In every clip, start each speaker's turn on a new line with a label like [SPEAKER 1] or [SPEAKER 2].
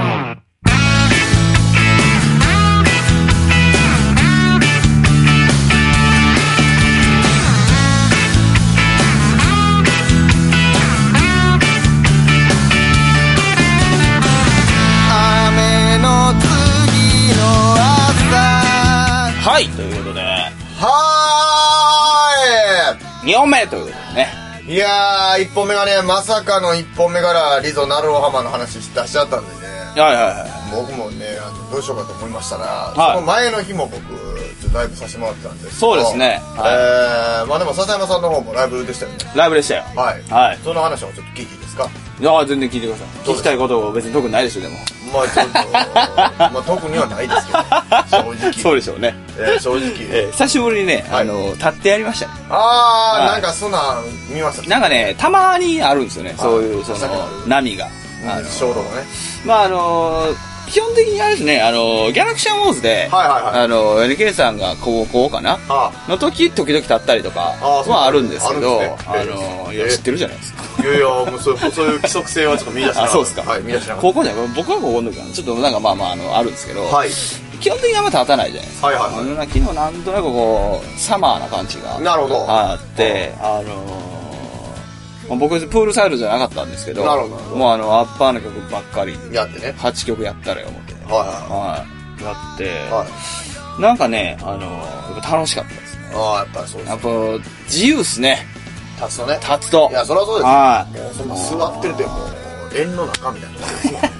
[SPEAKER 1] 妻雨の次の朝
[SPEAKER 2] はい、ということで、
[SPEAKER 1] は
[SPEAKER 2] 2本目ということでね。
[SPEAKER 1] ーいいやー、一本目がね、まさかの一本目からリゾ・ナルオハマの話出しちゃったんでね。
[SPEAKER 2] はいはいはい。
[SPEAKER 1] 僕もね、あのどうしようかと思いましたら、
[SPEAKER 2] い
[SPEAKER 1] その前の日も僕、ちょっとライブさせてもらってたんですけ
[SPEAKER 2] そ
[SPEAKER 1] ど。
[SPEAKER 2] うですね
[SPEAKER 1] えー、まあでも笹山さんの方もライブでしたよね。
[SPEAKER 2] ライブでしたよ。
[SPEAKER 1] はい。
[SPEAKER 2] はい
[SPEAKER 1] その話もちょっと聞いていいですか
[SPEAKER 2] いや、全然聞いてください。
[SPEAKER 1] ど
[SPEAKER 2] 聞
[SPEAKER 1] うです
[SPEAKER 2] きたいことは別に特にないでしょ、でも。
[SPEAKER 1] まあちょっと、 まあ特にはないですけど、正
[SPEAKER 2] そう
[SPEAKER 1] 直。
[SPEAKER 2] でしょうね。
[SPEAKER 1] えー正直。
[SPEAKER 2] えー久しぶりにね、
[SPEAKER 1] はい
[SPEAKER 2] あの、立ってやりましたね。
[SPEAKER 1] あー、
[SPEAKER 2] は
[SPEAKER 1] ないんかそんなん見ました
[SPEAKER 2] なんかね、たまにあるんですよね、そういう、そ
[SPEAKER 1] まさ
[SPEAKER 2] の
[SPEAKER 1] かの、
[SPEAKER 2] 波が。あの
[SPEAKER 1] 衝動がね。
[SPEAKER 2] まああの基本的にあれですね、あのギャラクシャンウォーズで、
[SPEAKER 1] はいはいはい
[SPEAKER 2] あの NK さんが高校かな
[SPEAKER 1] あ
[SPEAKER 2] の時、時々立ったりとか
[SPEAKER 1] あー、そう
[SPEAKER 2] まああるんですけど、
[SPEAKER 1] あ
[SPEAKER 2] あ
[SPEAKER 1] るんですね
[SPEAKER 2] の
[SPEAKER 1] え
[SPEAKER 2] いや
[SPEAKER 1] え
[SPEAKER 2] 知ってるじゃないですか。
[SPEAKER 1] いやいや、もうそういうそういう規則性はちょっと見出しなか
[SPEAKER 2] あ、
[SPEAKER 1] った
[SPEAKER 2] そうですか。
[SPEAKER 1] はい、見出しなかっ
[SPEAKER 2] 高校じゃない、僕は高校の時かな。ちょっとなんかまあまあ、あの、あるんですけど、
[SPEAKER 1] た。はい。
[SPEAKER 2] 基本的にあんま立たないじゃないですか。
[SPEAKER 1] はいはいはい
[SPEAKER 2] あの昨日なんとなくこう、サマーな感じが
[SPEAKER 1] なるほど
[SPEAKER 2] あって、あのーまあ僕、プールサイドじゃなかったんですけど、
[SPEAKER 1] なるほどなるほど
[SPEAKER 2] もうあの、アッパーの曲ばっかり、
[SPEAKER 1] やってね。
[SPEAKER 2] 8曲やったらよ、思って。
[SPEAKER 1] は
[SPEAKER 2] はい。やって、
[SPEAKER 1] いはい。はい。
[SPEAKER 2] なんかね、あのーやっぱ楽しかったですね。
[SPEAKER 1] ああ、やっぱりそうです
[SPEAKER 2] やっ。ぱ、自由っすね、
[SPEAKER 1] 立つとね。
[SPEAKER 2] 立つと。
[SPEAKER 1] いや、そりゃそうですよ。
[SPEAKER 2] は
[SPEAKER 1] もうそんな座ってるともう、円の中みたいなとこですもんね。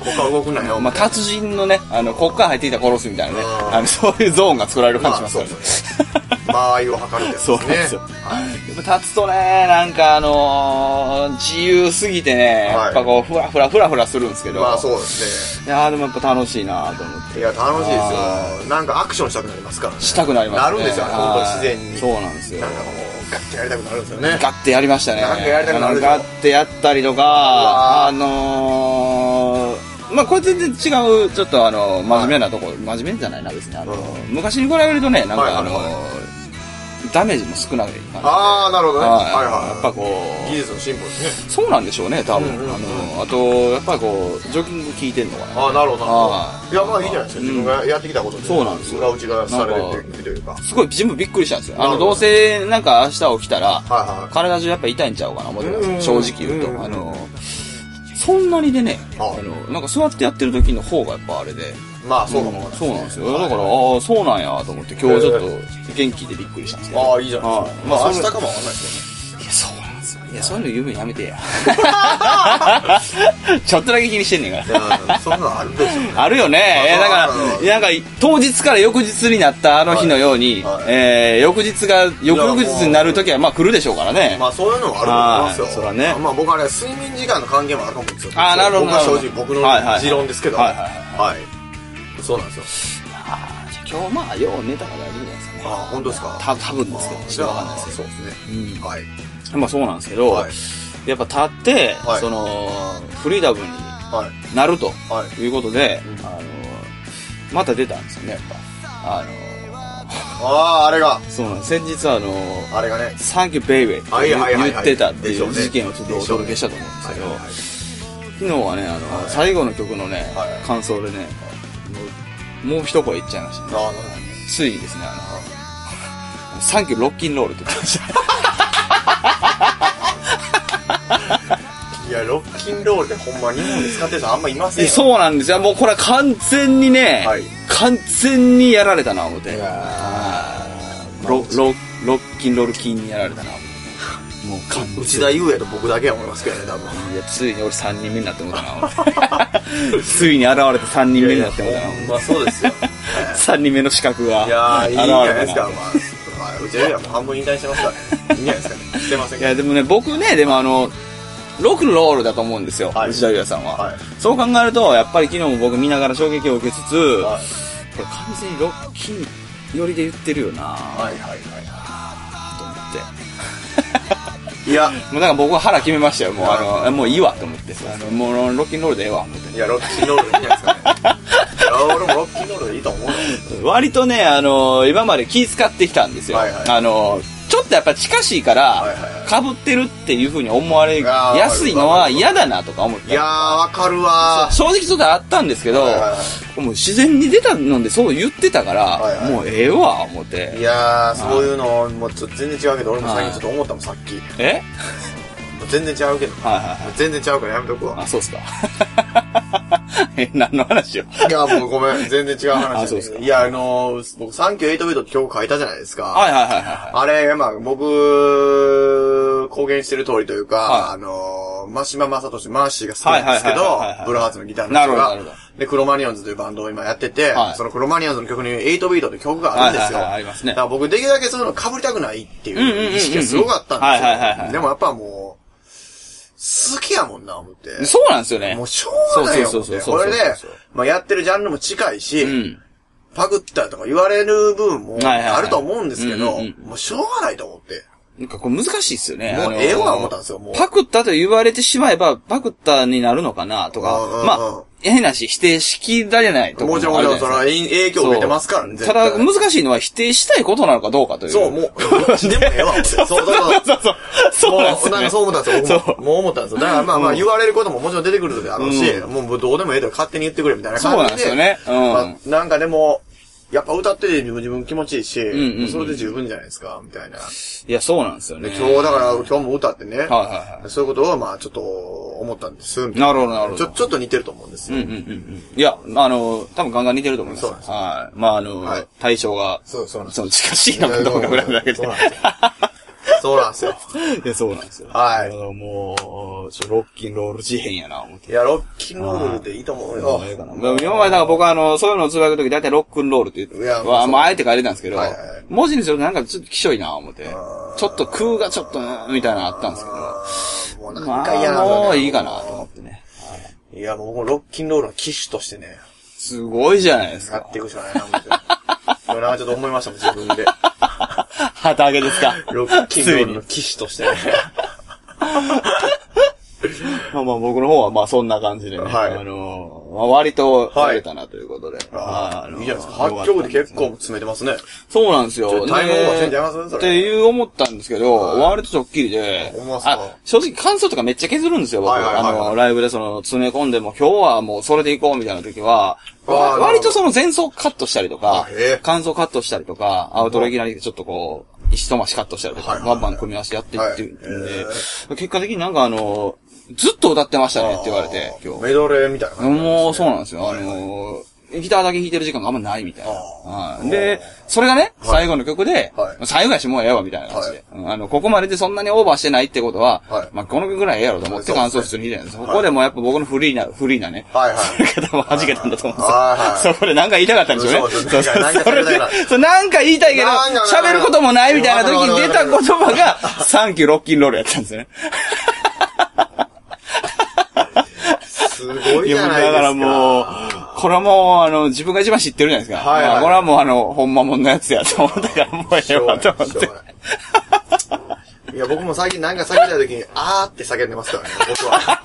[SPEAKER 1] 他動くなよ。
[SPEAKER 2] まあ、達人のね、あの、こっから入ってきたら殺すみたいなね
[SPEAKER 1] う、ん
[SPEAKER 2] あの、そういうゾーンが作られる感じし
[SPEAKER 1] ま
[SPEAKER 2] ま
[SPEAKER 1] あ
[SPEAKER 2] す
[SPEAKER 1] そ
[SPEAKER 2] か
[SPEAKER 1] う
[SPEAKER 2] らね。
[SPEAKER 1] ですね。間合いを測るってやつ
[SPEAKER 2] そうなんですよ。やっぱ立つとね、なんかあのー自由すぎてね、
[SPEAKER 1] はい
[SPEAKER 2] やっぱこう、ふわふらふらふらするんですけど。
[SPEAKER 1] まあそうです
[SPEAKER 2] いやーでもやっぱ楽しいなと思って。
[SPEAKER 1] ね。いや、楽しい
[SPEAKER 2] あ
[SPEAKER 1] ですよ。なんかアクションしたくなりますからね。
[SPEAKER 2] したくなりますね。
[SPEAKER 1] なるんですよ、本当自然に。
[SPEAKER 2] そうなんですよ
[SPEAKER 1] なん。かもう、ガッてやりたくなるんですよね。
[SPEAKER 2] ガッてやりましたね。
[SPEAKER 1] ガッてやりたくなるでしょ
[SPEAKER 2] ガッてやったりと
[SPEAKER 1] わ
[SPEAKER 2] か、あのー、まあこれ全然違う、ちょっとあの、真面目なところ、真面目じゃないな、別に。あの
[SPEAKER 1] う、
[SPEAKER 2] 昔に比べるとね、なん
[SPEAKER 1] はい
[SPEAKER 2] か
[SPEAKER 1] は
[SPEAKER 2] あ
[SPEAKER 1] い
[SPEAKER 2] の
[SPEAKER 1] はい、
[SPEAKER 2] ダメージも少ない感じで。
[SPEAKER 1] ああ、なるほどね。はい
[SPEAKER 2] はい
[SPEAKER 1] はい。
[SPEAKER 2] やっぱこう、
[SPEAKER 1] 技術の進歩ですね。
[SPEAKER 2] そうなんでしょうね、多分。
[SPEAKER 1] うんうんうん
[SPEAKER 2] あの、あと、やっぱりこう、ジョギング効いてんのかな。
[SPEAKER 1] ああ、なるほど
[SPEAKER 2] は。
[SPEAKER 1] いや、まあいいじゃないですか。自分がやってきたことで。
[SPEAKER 2] そうなんですよ
[SPEAKER 1] 裏打ちがされてるというか。
[SPEAKER 2] すごい、自分びっくりしたんですよ。あ
[SPEAKER 1] な
[SPEAKER 2] の、
[SPEAKER 1] るほど
[SPEAKER 2] どうせ、なんか明日起きたら、
[SPEAKER 1] はいはい。
[SPEAKER 2] 体中やっぱ痛いんちゃうかな、思ってたんです
[SPEAKER 1] うんう
[SPEAKER 2] よ
[SPEAKER 1] ん
[SPEAKER 2] 正直言
[SPEAKER 1] うん
[SPEAKER 2] う
[SPEAKER 1] うん
[SPEAKER 2] と。あの、そんなにでね、
[SPEAKER 1] はい
[SPEAKER 2] あの、なんか座ってやってる時の方がやっぱあれで、
[SPEAKER 1] まあそうか
[SPEAKER 2] う
[SPEAKER 1] も
[SPEAKER 2] んそうなんですよ。だから、ああ、そうなんやと思って、今日ちょっと元気でびっくりしたんですけど。
[SPEAKER 1] ああ、いいじゃないです
[SPEAKER 2] は
[SPEAKER 1] か。まあ明日
[SPEAKER 2] それ
[SPEAKER 1] かもわかんない です
[SPEAKER 2] いや、そうなんですよ。いや、そういうの言うのやめて や。 ちょっとだけ気にしてんねんから
[SPEAKER 1] け。どね。いやそんなのあるでしょ。
[SPEAKER 2] あるよね。
[SPEAKER 1] あ
[SPEAKER 2] えーだ
[SPEAKER 1] そう
[SPEAKER 2] か
[SPEAKER 1] なの
[SPEAKER 2] ら、なんか、当日から翌日になったあの日のように、
[SPEAKER 1] はいはい
[SPEAKER 2] えー翌日が、翌々日になるときは、まあ来るでしょうからね。
[SPEAKER 1] まあそういうのはあると思いますよ。
[SPEAKER 2] はいそらね
[SPEAKER 1] まあ僕はね、睡眠時間の関係もあると思うんですよ。
[SPEAKER 2] あーなるほど
[SPEAKER 1] 僕は正直
[SPEAKER 2] なるほ
[SPEAKER 1] 僕
[SPEAKER 2] ど
[SPEAKER 1] の
[SPEAKER 2] はいはいはい
[SPEAKER 1] 持論ですけど。
[SPEAKER 2] はいはい
[SPEAKER 1] はい。そうなんですよ。
[SPEAKER 2] あーじゃあ今日まあ、よう寝たから大丈夫じゃないですかね。
[SPEAKER 1] ああ、本当ですか。
[SPEAKER 2] た多分ですけど、ちょっとわかんないですけ
[SPEAKER 1] そうです
[SPEAKER 2] う
[SPEAKER 1] ね。はい。
[SPEAKER 2] ど。まあそうなんですけど、
[SPEAKER 1] はい。
[SPEAKER 2] やっぱ立って、
[SPEAKER 1] はい
[SPEAKER 2] その、フリーダムに
[SPEAKER 1] はい。
[SPEAKER 2] なると
[SPEAKER 1] はい。
[SPEAKER 2] いうことで、
[SPEAKER 1] うん
[SPEAKER 2] あの、また出たんですよね、やっぱ。あの、
[SPEAKER 1] ああ、あれが、
[SPEAKER 2] そうなんです先日あの、
[SPEAKER 1] あれがね。
[SPEAKER 2] サンキューベイウェイって
[SPEAKER 1] はいはいはいはい
[SPEAKER 2] 言ってたって
[SPEAKER 1] でし
[SPEAKER 2] い
[SPEAKER 1] ょう
[SPEAKER 2] う
[SPEAKER 1] ね
[SPEAKER 2] 事件をちょっとお届けしたと思うんですけど、
[SPEAKER 1] はいはいはい
[SPEAKER 2] 昨日はね、あの、最後の曲のね、
[SPEAKER 1] はい
[SPEAKER 2] 感想でね、もう、もう一声言っちゃいましたね。
[SPEAKER 1] ああ、
[SPEAKER 2] ついにですね、あの、サンキューロッキンロールって言ってました。
[SPEAKER 1] いや、ロッキンロールでほんま日本で使ってる人あんまいません
[SPEAKER 2] え
[SPEAKER 1] よ。
[SPEAKER 2] そうなんですよ。もうこれは完全にね、
[SPEAKER 1] はい
[SPEAKER 2] 完全にやられたな、思って
[SPEAKER 1] い。や
[SPEAKER 2] ロ、ロ、ロッキンロール金にやられたな、思ってもう完
[SPEAKER 1] ー、
[SPEAKER 2] 全に
[SPEAKER 1] 内田優也と僕だけは思いますけどね、多分。
[SPEAKER 2] いや、ついに俺3人目になってもうたな、思 ってついに現れて3人目になってもうたな、思って
[SPEAKER 1] まあそうですよ。
[SPEAKER 2] 3人目の資格が
[SPEAKER 1] いやー、いいんじゃないです
[SPEAKER 2] 現れ
[SPEAKER 1] か、まあ。まあ、うちの家はもう半分引退してますからね。いいんじゃないですかね。してませ
[SPEAKER 2] た
[SPEAKER 1] んけ
[SPEAKER 2] いやでもね僕ねでもあのロックンロールだと思うんですよ、
[SPEAKER 1] はい
[SPEAKER 2] 内田裕也さんは、
[SPEAKER 1] はい
[SPEAKER 2] そう考えるとやっぱり昨日も僕見ながら衝撃を受けつつ、
[SPEAKER 1] ど。はい。
[SPEAKER 2] これ完全にロッキン寄りで言ってるよな
[SPEAKER 1] はいはいはいは
[SPEAKER 2] と思って
[SPEAKER 1] い。いや、
[SPEAKER 2] もうなんか僕は腹決めましたよもうあ
[SPEAKER 1] は
[SPEAKER 2] のもういいわと思ってあのもうロッキンロールでええわ思って
[SPEAKER 1] いや、ロッキンロールいいんじゃないですかね。いや、俺もロッキンロールでいいと思うよ
[SPEAKER 2] 割とね、あの今まで気使ってきたんですよ。
[SPEAKER 1] はいはい
[SPEAKER 2] あのちょっとやっぱ近しいか
[SPEAKER 1] は
[SPEAKER 2] ら
[SPEAKER 1] いはい、
[SPEAKER 2] かぶってるっていうふうに思われ
[SPEAKER 1] あー
[SPEAKER 2] やすいの
[SPEAKER 1] わか
[SPEAKER 2] は
[SPEAKER 1] る
[SPEAKER 2] 嫌だなとか思っ
[SPEAKER 1] いやー
[SPEAKER 2] た。
[SPEAKER 1] わかるわ
[SPEAKER 2] 正直ちょっとあったんですけど
[SPEAKER 1] はいは、
[SPEAKER 2] もう自然に出たのでそう言ってたか
[SPEAKER 1] はいは
[SPEAKER 2] ら、
[SPEAKER 1] い
[SPEAKER 2] もうええわ、思っ
[SPEAKER 1] ー
[SPEAKER 2] て
[SPEAKER 1] い。やーそういうのもうちょっと全然違うけど俺も最近ちょっと思ったもんさっき
[SPEAKER 2] え
[SPEAKER 1] もう全然違うけど
[SPEAKER 2] はいはいはい。
[SPEAKER 1] 全然ちゃうからやめとくわ
[SPEAKER 2] あ、そうっすか。 え、何の話よ。
[SPEAKER 1] いやもうごめん全然違う話
[SPEAKER 2] あそうですか
[SPEAKER 1] いやあのー、僕サンキューエイトビートって曲書いたじゃないですか
[SPEAKER 2] はいはいはいは
[SPEAKER 1] あれ、まあ、僕、公言してる通りというか、
[SPEAKER 2] はい
[SPEAKER 1] あのー、マシママサトシ、マーシーが好きなんですけど
[SPEAKER 2] はいはいはいはいはい、
[SPEAKER 1] ブルーハーツのギターの人
[SPEAKER 2] なるほどなる
[SPEAKER 1] が
[SPEAKER 2] ほど、
[SPEAKER 1] で、クロマニオンズというバンドを今やってて、
[SPEAKER 2] はい
[SPEAKER 1] そのクロマニオンズの曲に8ビートって曲があるんですよ。
[SPEAKER 2] はいはいはいありますね
[SPEAKER 1] だから僕、できるだけそういうの被りたくないって
[SPEAKER 2] んうんうんう
[SPEAKER 1] い
[SPEAKER 2] ん
[SPEAKER 1] う意識がすごかったんですよ。
[SPEAKER 2] はいはいはいはい
[SPEAKER 1] でもやっぱもう、好きやもんな、思って。
[SPEAKER 2] い。そうなんですよね
[SPEAKER 1] も。うしょうがないよ
[SPEAKER 2] そ
[SPEAKER 1] 思
[SPEAKER 2] う
[SPEAKER 1] っ
[SPEAKER 2] そう
[SPEAKER 1] て。
[SPEAKER 2] そうそう
[SPEAKER 1] これで
[SPEAKER 2] そうそうそう、
[SPEAKER 1] まあ、やってるジャンルも近いし、
[SPEAKER 2] うん。
[SPEAKER 1] パクったとか言われる部分も
[SPEAKER 2] いはいはい
[SPEAKER 1] あると思うんですけど、
[SPEAKER 2] うんうん
[SPEAKER 1] もうしょうがないと思って。
[SPEAKER 2] なんかこれ難しいっすよね。
[SPEAKER 1] もう
[SPEAKER 2] あの
[SPEAKER 1] ええわ思ったんですよもう
[SPEAKER 2] パクったと言われてしまえば、パクったになるのかなと
[SPEAKER 1] うんうんう
[SPEAKER 2] か
[SPEAKER 1] ん、
[SPEAKER 2] まあ、変なし、否定しきられないとこ
[SPEAKER 1] もちろ
[SPEAKER 2] あ
[SPEAKER 1] ん、もち
[SPEAKER 2] る
[SPEAKER 1] ろ
[SPEAKER 2] じ
[SPEAKER 1] ん、
[SPEAKER 2] ゃ
[SPEAKER 1] そ
[SPEAKER 2] な
[SPEAKER 1] の
[SPEAKER 2] い
[SPEAKER 1] 影影響を受けてますからね、
[SPEAKER 2] です
[SPEAKER 1] 絶
[SPEAKER 2] か。
[SPEAKER 1] 対
[SPEAKER 2] ただ、難しいのは否定したいことなのかどうかという。
[SPEAKER 1] そう、もう、どっちでもええわ、思ってそう、そう、そう。
[SPEAKER 2] そうそう。 そうなんですよ
[SPEAKER 1] もな
[SPEAKER 2] ね
[SPEAKER 1] んかそう思ったんですよ。
[SPEAKER 2] そ
[SPEAKER 1] 僕ももう思ったんですよ。だからまあまあ言われることももちろん出てくるだろうし、もうどうでもええと勝手に言ってくれみたいな感じで。
[SPEAKER 2] そうなんですよねうん
[SPEAKER 1] まあなんかでも、やっぱ歌ってて自分気持ちいいし、
[SPEAKER 2] んうんうん
[SPEAKER 1] それで十分じゃないですか、みたいな。
[SPEAKER 2] いや、そうなんですよ
[SPEAKER 1] で
[SPEAKER 2] ね。
[SPEAKER 1] 今日だから、今日も歌ってね、
[SPEAKER 2] は
[SPEAKER 1] そういうことをまあちょっと思ったんです。みたい
[SPEAKER 2] なるほど、なるほ
[SPEAKER 1] ちょ、
[SPEAKER 2] ど。
[SPEAKER 1] ちょっと似てると思うんですよ。
[SPEAKER 2] うんうんうんいや、あの、多分ガンガン似てると思います。
[SPEAKER 1] そうなんです
[SPEAKER 2] はい。まあ、あの
[SPEAKER 1] はい、
[SPEAKER 2] 対象が、
[SPEAKER 1] そう、そうなんです
[SPEAKER 2] その近しいのかどうかぐらいだけで
[SPEAKER 1] そう。なんですよ。そうなんですよ。
[SPEAKER 2] いや、そうなんですよ。
[SPEAKER 1] はい
[SPEAKER 2] だからもう、ちょロッキンロール事変やな、思って。
[SPEAKER 1] いや、ロッキンロールでいいと思うよ。
[SPEAKER 2] でも今までなんか僕はあの、そういうのをつぶやくとき大体ロックンロールって言って、
[SPEAKER 1] い
[SPEAKER 2] は
[SPEAKER 1] やそう
[SPEAKER 2] まああえて書いてたんですけど
[SPEAKER 1] はいはいはい、
[SPEAKER 2] 文字にするとなんかちょっときしょいな思って、ちょっと空がちょっとなみたいなのあったんですけ
[SPEAKER 1] もう
[SPEAKER 2] ど、
[SPEAKER 1] なんか嫌
[SPEAKER 2] ま
[SPEAKER 1] な
[SPEAKER 2] あ
[SPEAKER 1] の
[SPEAKER 2] も
[SPEAKER 1] よ
[SPEAKER 2] ういいかなと思ってね。
[SPEAKER 1] いや、もうロッキンロールの機種としてね、
[SPEAKER 2] すごいじゃないです
[SPEAKER 1] や
[SPEAKER 2] か
[SPEAKER 1] っ。ていくしかないな、思って。 でもなんかちょっと思いましたもん、自分で。
[SPEAKER 2] 旗揚げですか。
[SPEAKER 1] ロッキンロールの
[SPEAKER 2] つ
[SPEAKER 1] 機種としてね。
[SPEAKER 2] い にまあまあ僕の方はまあそんな感じでね、
[SPEAKER 1] はい
[SPEAKER 2] あのー、まあ割と書けたなということで。
[SPEAKER 1] ああ、いいじゃないですか。
[SPEAKER 2] よか
[SPEAKER 1] 8
[SPEAKER 2] った
[SPEAKER 1] 曲で結構詰めてますね。
[SPEAKER 2] そうなんですよ。
[SPEAKER 1] ちょタイムオーバー
[SPEAKER 2] ね
[SPEAKER 1] せんちゃいますそれ
[SPEAKER 2] っていう思ったんですけど、割とちょっきりで
[SPEAKER 1] 思いま。すか
[SPEAKER 2] あ、正直感想とかめっちゃ削るんですよ、僕。
[SPEAKER 1] はいはいはい
[SPEAKER 2] あ
[SPEAKER 1] はい
[SPEAKER 2] の、ライブでその、詰め込んでも、今日はもうそれで行こうみたいな時は、
[SPEAKER 1] あーなる
[SPEAKER 2] わ
[SPEAKER 1] ほど
[SPEAKER 2] 割とその前奏カットしたりとか
[SPEAKER 1] あへえ、
[SPEAKER 2] 感想カットしたりとか、アウトロいきなりちょっとこう、一回しカットしたりと
[SPEAKER 1] は
[SPEAKER 2] か、
[SPEAKER 1] いはい
[SPEAKER 2] バ
[SPEAKER 1] はい
[SPEAKER 2] ンバン組み合わせてやっていってるん
[SPEAKER 1] はいへ
[SPEAKER 2] で、結果的になんかあの、ずっと歌ってましたねって言われて、今日。
[SPEAKER 1] メドレーみたいな感じなんですね。
[SPEAKER 2] もうそうなんですよ。あ
[SPEAKER 1] はいはい
[SPEAKER 2] のー、ギターだけ弾いてる時間があんまないみたいな。
[SPEAKER 1] あー
[SPEAKER 2] はいで、それがね、最後の曲で
[SPEAKER 1] は、い
[SPEAKER 2] 最後やしもうええわみたいな感じで。うんあの、ここまででそんなにオーバーしてないってことは
[SPEAKER 1] はい、
[SPEAKER 2] まあこの曲ぐらいええやろと思って
[SPEAKER 1] はい
[SPEAKER 2] 感想室に入れたんです。そこでもうやっぱ僕のフリーな、フリーなね、
[SPEAKER 1] はい はい
[SPEAKER 2] その方も弾けたんだと思うん
[SPEAKER 1] はいはい
[SPEAKER 2] ですよ。そこでなんか言いたかったんでしょうね。
[SPEAKER 1] そうそう
[SPEAKER 2] そう
[SPEAKER 1] なんか
[SPEAKER 2] それ
[SPEAKER 1] なん
[SPEAKER 2] で
[SPEAKER 1] かなんか、
[SPEAKER 2] そうなんか言いたいけど
[SPEAKER 1] なんか、なんか
[SPEAKER 2] 喋ることもないみたいな時に出た言葉が、サンキューロッキンロールやったんですよね。
[SPEAKER 1] すごい
[SPEAKER 2] い
[SPEAKER 1] じ
[SPEAKER 2] や、も
[SPEAKER 1] ゃ
[SPEAKER 2] う
[SPEAKER 1] ないで
[SPEAKER 2] だ
[SPEAKER 1] すか。
[SPEAKER 2] からもう、これはもう、あの、自分が一番知ってるじゃないですか。
[SPEAKER 1] はいはい
[SPEAKER 2] まあこれはもう、あの、ほんまもんのやつやと思ったから、もうええわと思っ
[SPEAKER 1] しょう
[SPEAKER 2] て。
[SPEAKER 1] がないしょうがない。いや、僕も最近なんか叫んだ時に、あーって叫んでますからね、僕は。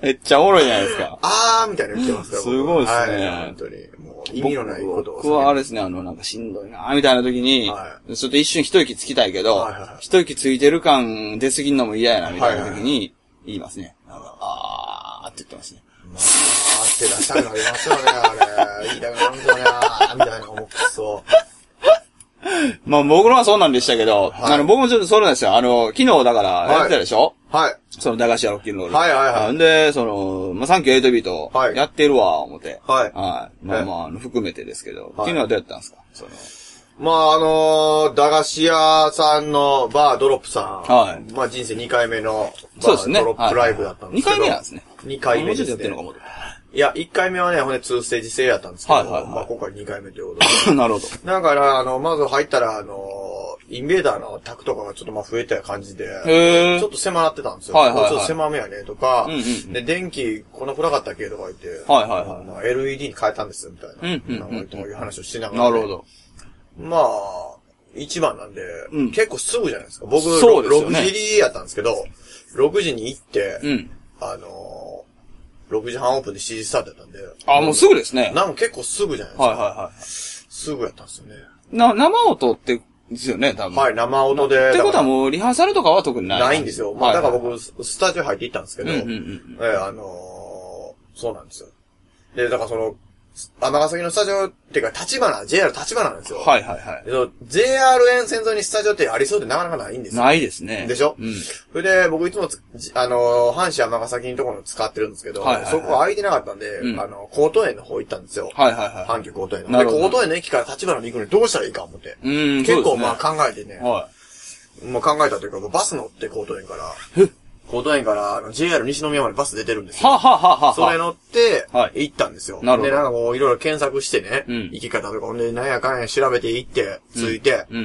[SPEAKER 2] めっちゃおもろいじゃないですか。
[SPEAKER 1] あーみたいなの言ってますから。僕
[SPEAKER 2] すごいですね
[SPEAKER 1] はい本当に。もう意味のないことを叫んで。
[SPEAKER 2] 僕はあれですね、あの、なんかしんどいなみたいな時に、
[SPEAKER 1] は
[SPEAKER 2] ちょっと一瞬一息つきたいけど、
[SPEAKER 1] はいはい
[SPEAKER 2] 一息ついてる感出過ぎんのも嫌やなみたいな時に、言いますね。なんかあーって言ってますね。
[SPEAKER 1] あーって出したくなりますよね、あれ。言いたくなるんですよね、あーみたいな思うそ
[SPEAKER 2] まあ僕のはそうなんでしたけど、
[SPEAKER 1] はい
[SPEAKER 2] あの、僕もちょっとそうなんですよ。あの、昨日だからやってたでしょ、
[SPEAKER 1] う。はい。
[SPEAKER 2] その駄菓子屋ロッキンロール。
[SPEAKER 1] はいはいはい
[SPEAKER 2] んで、その、まあ、サンキューエイトビート
[SPEAKER 1] は、い
[SPEAKER 2] やってるわ、思って。
[SPEAKER 1] はい
[SPEAKER 2] はい。まあまあ、あの含めてですけど、昨日はどうやったんですかその、
[SPEAKER 1] まあ、あのー、駄菓子屋さんのバードロップさん。
[SPEAKER 2] はい
[SPEAKER 1] まあ、人生2回目の
[SPEAKER 2] そう
[SPEAKER 1] バ
[SPEAKER 2] です
[SPEAKER 1] ー
[SPEAKER 2] ね
[SPEAKER 1] ドロップライブだったんですけど。
[SPEAKER 2] はいはい二回目なんですね
[SPEAKER 1] 2回
[SPEAKER 2] も
[SPEAKER 1] 目
[SPEAKER 2] うちょ
[SPEAKER 1] で
[SPEAKER 2] っとや
[SPEAKER 1] す
[SPEAKER 2] って るのか
[SPEAKER 1] ね
[SPEAKER 2] も。
[SPEAKER 1] いや、1回目はね、ほんで2ステージ制やったんですけど、
[SPEAKER 2] はいはいはい
[SPEAKER 1] まあ、今回2回目ということで。
[SPEAKER 2] なるほど。
[SPEAKER 1] だから、あの、まず入ったら、あの、インベーダーの宅とかがちょっとまあ増えた感じで、
[SPEAKER 2] へー
[SPEAKER 1] ちょっと狭なってたんですよ。
[SPEAKER 2] はいはいはい
[SPEAKER 1] ちょっと狭めやね、とか、
[SPEAKER 2] うんうんうん
[SPEAKER 1] で、電気こんな暗かったっけとか言って、
[SPEAKER 2] はいはいはい
[SPEAKER 1] まあ LED に変えたんです、みたいな。
[SPEAKER 2] うんうんうん
[SPEAKER 1] なんかという話をしなが
[SPEAKER 2] な
[SPEAKER 1] ら、
[SPEAKER 2] るほ。ど。
[SPEAKER 1] まあ、一番なんで、
[SPEAKER 2] うん
[SPEAKER 1] 結構すぐじゃないですか。僕、
[SPEAKER 2] そうですよね
[SPEAKER 1] 6時入りやったんですけど、6時に行って、
[SPEAKER 2] うん。
[SPEAKER 1] あの6時半オープンで7時スタートやったんで。
[SPEAKER 2] あ、もうすぐですね。
[SPEAKER 1] なんか結構すぐじゃないですか。
[SPEAKER 2] はいはいは
[SPEAKER 1] すぐやったんですよね。
[SPEAKER 2] い。な、生音って、ですよね、多分。
[SPEAKER 1] はい、生音で。
[SPEAKER 2] ってことは
[SPEAKER 1] だか
[SPEAKER 2] もう、リハーサルとかは特にない。
[SPEAKER 1] らないんですよ。まあ、だから
[SPEAKER 2] はい
[SPEAKER 1] 僕、スタジオ入って行ったんですけど、
[SPEAKER 2] う
[SPEAKER 1] え
[SPEAKER 2] んうんうん
[SPEAKER 1] えあのーそうなんですよ。で、だからその、尼崎のスタジオっていうか、立花、JR 立花なんですよ。
[SPEAKER 2] はいはいは
[SPEAKER 1] でその JR 沿線沿いにスタジオってありそうでなかなかないんで
[SPEAKER 2] い。
[SPEAKER 1] すよ。
[SPEAKER 2] ないですね。
[SPEAKER 1] でしょ
[SPEAKER 2] うん。
[SPEAKER 1] それで、僕いつもつ、じあのー、阪神尼崎のところの使ってるんですけど、
[SPEAKER 2] はいはいはい
[SPEAKER 1] そこ空いてなかったんで、
[SPEAKER 2] うん
[SPEAKER 1] あの、江東園の方行ったんですよ。
[SPEAKER 2] はいはいは
[SPEAKER 1] 阪急江東園の。
[SPEAKER 2] な
[SPEAKER 1] で、
[SPEAKER 2] るほど
[SPEAKER 1] 江東園の駅から立花に行くのにどうしたらいいか思って。
[SPEAKER 2] い。うん、
[SPEAKER 1] 結構まあ
[SPEAKER 2] ま
[SPEAKER 1] 考えてね、
[SPEAKER 2] は
[SPEAKER 1] まあ考えたというか、もうバス乗って江東園から、
[SPEAKER 2] い。ふ
[SPEAKER 1] 江東園からあの JR 西宮までバス出てるんですよ。
[SPEAKER 2] ははははは。
[SPEAKER 1] それ乗って
[SPEAKER 2] は、い
[SPEAKER 1] 行ったんですよ。
[SPEAKER 2] なるほど
[SPEAKER 1] で、なんかこう、いろいろ検索してね、
[SPEAKER 2] うん
[SPEAKER 1] 行き方とか、ほんで、なんやかんや調べて行って、着いて、
[SPEAKER 2] う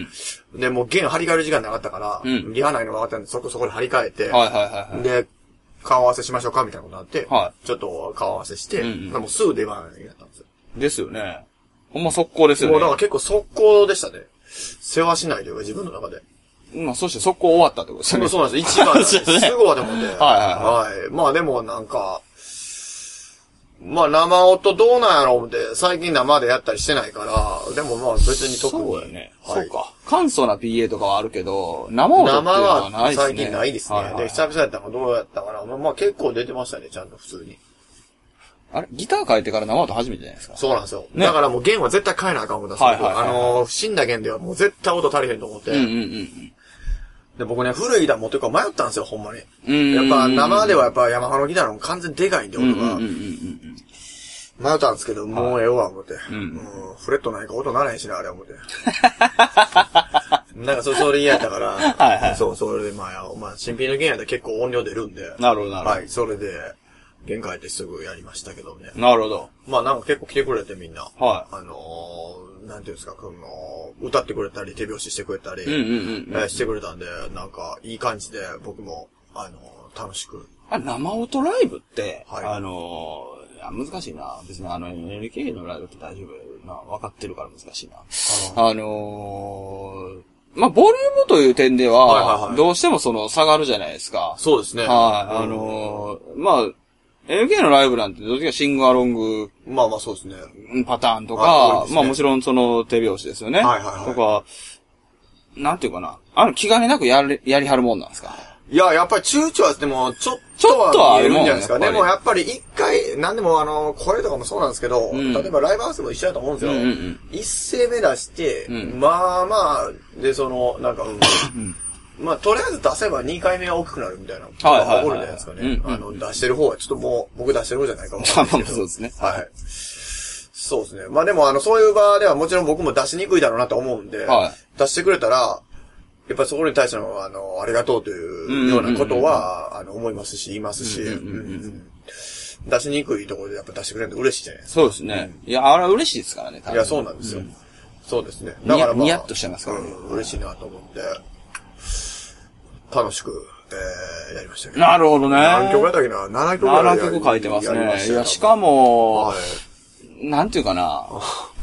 [SPEAKER 2] ん。
[SPEAKER 1] で、もう弦張り替える時間なかったから、
[SPEAKER 2] うん
[SPEAKER 1] リハ内の分かったんで、そこそこで張り替えて、
[SPEAKER 2] はいはいはいはい。
[SPEAKER 1] で、顔合わせしましょうかみたいなことになって、
[SPEAKER 2] は
[SPEAKER 1] ちょっと顔合わせして、
[SPEAKER 2] うんうん
[SPEAKER 1] でもうすぐ出番になったんですよ。
[SPEAKER 2] ですよね。ほんま速攻です
[SPEAKER 1] もう
[SPEAKER 2] よ
[SPEAKER 1] だか
[SPEAKER 2] ね
[SPEAKER 1] ら。結構速攻でしたね。世話しないというか自分の中で。
[SPEAKER 2] まあ、そして速攻終わったってことです
[SPEAKER 1] で
[SPEAKER 2] よ
[SPEAKER 1] も
[SPEAKER 2] ね。
[SPEAKER 1] そうなんです。一番なんです
[SPEAKER 2] そうですね
[SPEAKER 1] すぐはでもね。はい
[SPEAKER 2] は
[SPEAKER 1] はい。まあでもなんか、まあ生音どうなんやろう思って、最近生でやったりしてないから、でもまあ別に特に。
[SPEAKER 2] そうだよね。
[SPEAKER 1] はい
[SPEAKER 2] そうか。簡素な PA とかはあるけど、生音ってい
[SPEAKER 1] 生
[SPEAKER 2] うのはない
[SPEAKER 1] は
[SPEAKER 2] ですね。
[SPEAKER 1] 最近ないですね。
[SPEAKER 2] はは
[SPEAKER 1] で、久々やったのどうやったかな。まあまあ結構出てましたね、ちゃんと普通に。
[SPEAKER 2] あれギター変えてから生音初めてじゃないですか。
[SPEAKER 1] そうなんですよ。
[SPEAKER 2] ね
[SPEAKER 1] だからもう弦は絶対変えなあかん思ったんですよ
[SPEAKER 2] はいはいはい
[SPEAKER 1] あのー、死んだ弦ではもう絶対音足りへんと思って。
[SPEAKER 2] うんうんうん
[SPEAKER 1] で、僕ね、古いギター持ってるから迷ったんですよ、ほんまに。
[SPEAKER 2] うん。
[SPEAKER 1] やっぱ生で
[SPEAKER 2] は、
[SPEAKER 1] はやっぱヤマハのギターの方が完全にでかいんで、
[SPEAKER 2] うんう
[SPEAKER 1] 音
[SPEAKER 2] んうん
[SPEAKER 1] が
[SPEAKER 2] うんう。ん。
[SPEAKER 1] 迷ったんですけど、もうええわ、思って。
[SPEAKER 2] ん
[SPEAKER 1] うんフレットないから音ならへんしな、あれ、思って。 なんかそ、それ嫌やったから。
[SPEAKER 2] はいはい
[SPEAKER 1] そう、それで、まあ、まあ、新品の弦やったら結構音量出るんで。
[SPEAKER 2] なるほどなるほど
[SPEAKER 1] はい、それで、弦変えてすぐやりましたけどね。
[SPEAKER 2] なるほど。
[SPEAKER 1] まあなんか結構来てくれてみんな。
[SPEAKER 2] は
[SPEAKER 1] あのー、なんていうんですか、この、歌ってくれたり、手拍子してくれたり、
[SPEAKER 2] うんうんうん
[SPEAKER 1] えーしてくれたんで、なんか、いい感じで、僕も、あのー、楽しく。
[SPEAKER 2] あ生音ライブって、
[SPEAKER 1] はい
[SPEAKER 2] あのーいや難しいな。別にあの NLK のライブって大丈夫な。分かってるから難しいな。あのーまあ、ボリュームという点では、
[SPEAKER 1] はいはいはい
[SPEAKER 2] どうしてもその下がるじゃないですか。
[SPEAKER 1] そうですね。
[SPEAKER 2] はい、あ
[SPEAKER 1] うん
[SPEAKER 2] のーまあ、NK のライブなんて、どっちかシングアロング
[SPEAKER 1] まあまあそうですね。
[SPEAKER 2] パターンと
[SPEAKER 1] あ多い
[SPEAKER 2] か、
[SPEAKER 1] ですね
[SPEAKER 2] まあもちろんその手拍子ですよね。
[SPEAKER 1] はいはいはい
[SPEAKER 2] とか、なんていうかな。あの、気兼ねなくやれ、やりはるもんなんですか
[SPEAKER 1] いや、やっぱり躊躇は、でも、ちょっ
[SPEAKER 2] ち
[SPEAKER 1] と
[SPEAKER 2] ょっとは
[SPEAKER 1] は
[SPEAKER 2] あ
[SPEAKER 1] 見え
[SPEAKER 2] る
[SPEAKER 1] る
[SPEAKER 2] もん
[SPEAKER 1] んじゃないですか。
[SPEAKER 2] やっぱ
[SPEAKER 1] で
[SPEAKER 2] り
[SPEAKER 1] もやっぱり一回、なんでもあの、声とかもそうなんですけど、
[SPEAKER 2] ん
[SPEAKER 1] 例えばライブハウスも一緒だと思うんですよ。
[SPEAKER 2] うんうんうん
[SPEAKER 1] 一声目出して、
[SPEAKER 2] うん
[SPEAKER 1] まあまあ、で、その、なんか、うんまあ、とりあえず出せば2回目は大きくなるみたいなこと
[SPEAKER 2] はいはいは
[SPEAKER 1] が
[SPEAKER 2] い
[SPEAKER 1] 起こるんじゃないですかね。
[SPEAKER 2] うんうん
[SPEAKER 1] あの、出してる方は、ちょっともう、僕出してる方じゃな いかもしれないけど
[SPEAKER 2] そうですね
[SPEAKER 1] はい。そうですね。まあでも、あの、そういう場ではもちろん僕も出しにくいだろうなと思うんで、
[SPEAKER 2] は
[SPEAKER 1] 出してくれたら、やっぱりそこに対しての、あの、ありがとうというようなことは、あの、思いますし、言いますし、
[SPEAKER 2] うんうんうんうん
[SPEAKER 1] うん出しにくいところでやっぱ出してくれると嬉しいじゃないです
[SPEAKER 2] そうですね。いや、あれは嬉しいですからね、多
[SPEAKER 1] か。
[SPEAKER 2] 分
[SPEAKER 1] いや、そうなんですよ。そうですね。
[SPEAKER 2] ニヤ
[SPEAKER 1] だからまあ、
[SPEAKER 2] ニヤっとしてますからね
[SPEAKER 1] うん嬉しいなと思って、楽しく、えー、やりましたけど。
[SPEAKER 2] なるほどね。
[SPEAKER 1] 何曲やったっけな ?7 曲ぐらいや
[SPEAKER 2] 7
[SPEAKER 1] り
[SPEAKER 2] 曲書いてます
[SPEAKER 1] やり
[SPEAKER 2] ね。い
[SPEAKER 1] よ
[SPEAKER 2] や、しかも、
[SPEAKER 1] はい。
[SPEAKER 2] なんていうか な。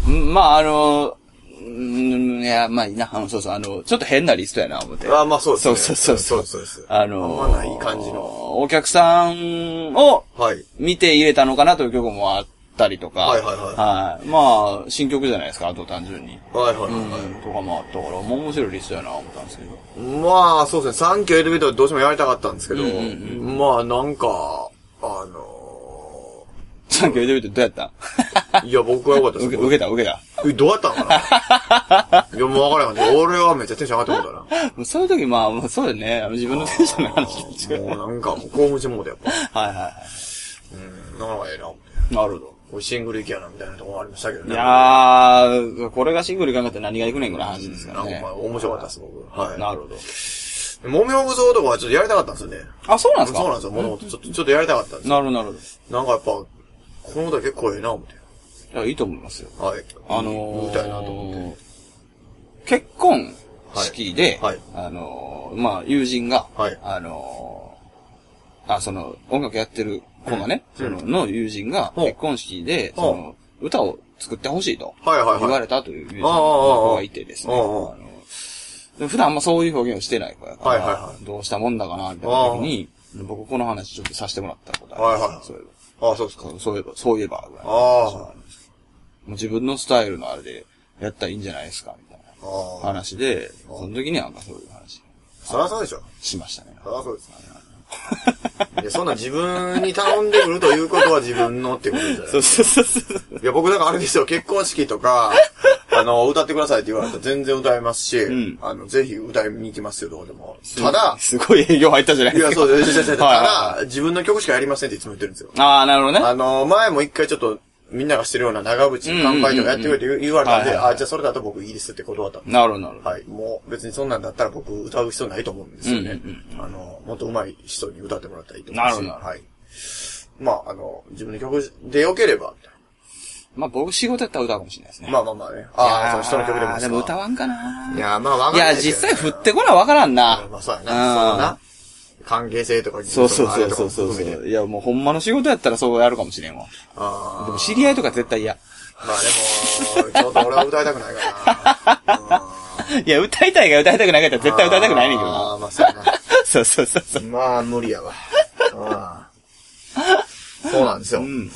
[SPEAKER 2] うんまあ、あの、うんいや、まあいいな、あの、そうそう、あの、ちょっと変なリストやな、思って。
[SPEAKER 1] あまあそうですね。
[SPEAKER 2] そうそうそう
[SPEAKER 1] そうです。
[SPEAKER 2] あの
[SPEAKER 1] あんまない感じの。
[SPEAKER 2] お客さんを
[SPEAKER 1] はい。
[SPEAKER 2] 見て入れたのかなという曲もあったりとか。
[SPEAKER 1] はいはいはい
[SPEAKER 2] はい。まあ、新曲じゃないですか、あと単純に。
[SPEAKER 1] はいはいはい。
[SPEAKER 2] うん、とかもあったから、もう面白いリストやな、思ったんですけど。
[SPEAKER 1] まあ、そうですね。サンキューエルビートどうしてもやりたかったんですけど、
[SPEAKER 2] うんう
[SPEAKER 1] まあ、なんか、あの
[SPEAKER 2] さっき言ってみてどうやった
[SPEAKER 1] ー、いや、僕は良かったで
[SPEAKER 2] 受
[SPEAKER 1] す
[SPEAKER 2] け、。受けた、受けた。
[SPEAKER 1] えどうやったんか ないや、もう分からんかった。俺はめっちゃテンション上がってもう
[SPEAKER 2] もう そういう時、まあ、もうそうだよね。あの自分のテンションの話になっち
[SPEAKER 1] た
[SPEAKER 2] ゃう
[SPEAKER 1] な。もうなんか、もう興奮してもうた、やっ ぱ。
[SPEAKER 2] はいはいは
[SPEAKER 1] うん、なかなかええな、思って。
[SPEAKER 2] い。なるほど。
[SPEAKER 1] これシングル行きやな、みたいなとこもありましたけど
[SPEAKER 2] い
[SPEAKER 1] ね。
[SPEAKER 2] やー、これがシングル考えて何がいくねんぐらいの話ですから
[SPEAKER 1] なん
[SPEAKER 2] ね
[SPEAKER 1] か、。面白かったです、僕。はい。
[SPEAKER 2] なるほど。
[SPEAKER 1] もみほぐ像とかはちょっとやりたかったんですよね。
[SPEAKER 2] あ、そうなんですか
[SPEAKER 1] そうなんですよ、もともと。ちょっと、ちょっとやりたかったんですよ
[SPEAKER 2] なるほど、なるほ
[SPEAKER 1] なんかやっぱ、この歌結構ええな、思って。
[SPEAKER 2] ど。いや、いいと思いますよ。
[SPEAKER 1] はい。
[SPEAKER 2] あのー、
[SPEAKER 1] 歌いなと思って。
[SPEAKER 2] 結婚式で、
[SPEAKER 1] はい
[SPEAKER 2] あのー、まあ、友人が、
[SPEAKER 1] はい
[SPEAKER 2] あのー、あ、その、音楽やってる子がね、
[SPEAKER 1] うん
[SPEAKER 2] その、の友人が、
[SPEAKER 1] ほう
[SPEAKER 2] 結婚式で、そ
[SPEAKER 1] ほう
[SPEAKER 2] の、歌を作ってほしいと、
[SPEAKER 1] はいはいはい
[SPEAKER 2] 言われたという友人
[SPEAKER 1] ああああ
[SPEAKER 2] の子がいてですね、
[SPEAKER 1] ああああ
[SPEAKER 2] ので普段あんまそういう表現をしてない子やから、
[SPEAKER 1] はいはいは
[SPEAKER 2] どうしたもんだかな、みたいな時に、僕この話ちょっとさせてもらったことあります、
[SPEAKER 1] はいはい
[SPEAKER 2] そういえば
[SPEAKER 1] ああ、そうですか。
[SPEAKER 2] そうそういえば、そういえば、ぐらいの話
[SPEAKER 1] あ
[SPEAKER 2] もありますもう自分のスタイルのあれで、やったらいいんじゃないですか、みたいな
[SPEAKER 1] あ。ああ。
[SPEAKER 2] 話で、その時になんかそういう話
[SPEAKER 1] そらそうでしょ。
[SPEAKER 2] しま したね。
[SPEAKER 1] そらそうです。いや、そんな自分に頼んでくるということは自分のってことじゃない
[SPEAKER 2] そうそうそうそう。
[SPEAKER 1] いや、僕なんかあれですよ、結婚式と か、あの、歌ってくださいって言われたら全然歌いますし、
[SPEAKER 2] ん
[SPEAKER 1] あの、ぜひ歌いに行きますよ、どこでも。ただ、
[SPEAKER 2] すごい営業入ったじゃない
[SPEAKER 1] い
[SPEAKER 2] です
[SPEAKER 1] や、
[SPEAKER 2] か。
[SPEAKER 1] そうです。違う違う違うた
[SPEAKER 2] はいはい
[SPEAKER 1] だ、自分の曲しかやりませんっていつも言ってるんですよ。
[SPEAKER 2] ああ、なるほどね。
[SPEAKER 1] あの、前も一回ちょっと、みんながしてるような長渕の乾杯とかやってくれって言う言われたん
[SPEAKER 2] は
[SPEAKER 1] で、
[SPEAKER 2] いはいはい
[SPEAKER 1] あ、じゃあそれだと僕いいですって断ったんで
[SPEAKER 2] なるほど、なるほど。
[SPEAKER 1] はい。もう別にそんなんだったら僕歌う必要ないと思うんですよね。
[SPEAKER 2] うん
[SPEAKER 1] あの、もっと上手い人に歌ってもらったらいいと思うし。
[SPEAKER 2] なるほどなるほ
[SPEAKER 1] はい。まあ、あの、自分の曲で良ければ、みたい
[SPEAKER 2] まあ僕仕事やったら歌うかもしれないですね。
[SPEAKER 1] なまあまあまあね。ああ、その人の曲
[SPEAKER 2] い
[SPEAKER 1] でもいい
[SPEAKER 2] やー
[SPEAKER 1] す
[SPEAKER 2] で
[SPEAKER 1] か
[SPEAKER 2] も歌わんかない
[SPEAKER 1] や、まあわか
[SPEAKER 2] い
[SPEAKER 1] んな
[SPEAKER 2] や、
[SPEAKER 1] いですよ
[SPEAKER 2] 実
[SPEAKER 1] ね、
[SPEAKER 2] 際振ってこなわからんな。
[SPEAKER 1] まあそうやな。
[SPEAKER 2] うん
[SPEAKER 1] そうな。関係性とか、
[SPEAKER 2] そうそうそうそう
[SPEAKER 1] そ
[SPEAKER 2] そ
[SPEAKER 1] の
[SPEAKER 2] う
[SPEAKER 1] あ
[SPEAKER 2] そ
[SPEAKER 1] れとかも含めて
[SPEAKER 2] う。いや、もうほんまの仕事やったらそうやるかもしれんわ。
[SPEAKER 1] あ
[SPEAKER 2] でも知り合いとか絶対嫌。
[SPEAKER 1] あ。まあでも、ちょっと俺は歌いたくないからな。うん
[SPEAKER 2] いや、歌いたいが歌いたくないから絶対 歌いたくないねんけど
[SPEAKER 1] あ
[SPEAKER 2] な。
[SPEAKER 1] あ、まあそうやな。
[SPEAKER 2] そうそうそうそう。
[SPEAKER 1] まあ、無理やわ。ああそうなんですよ。
[SPEAKER 2] ん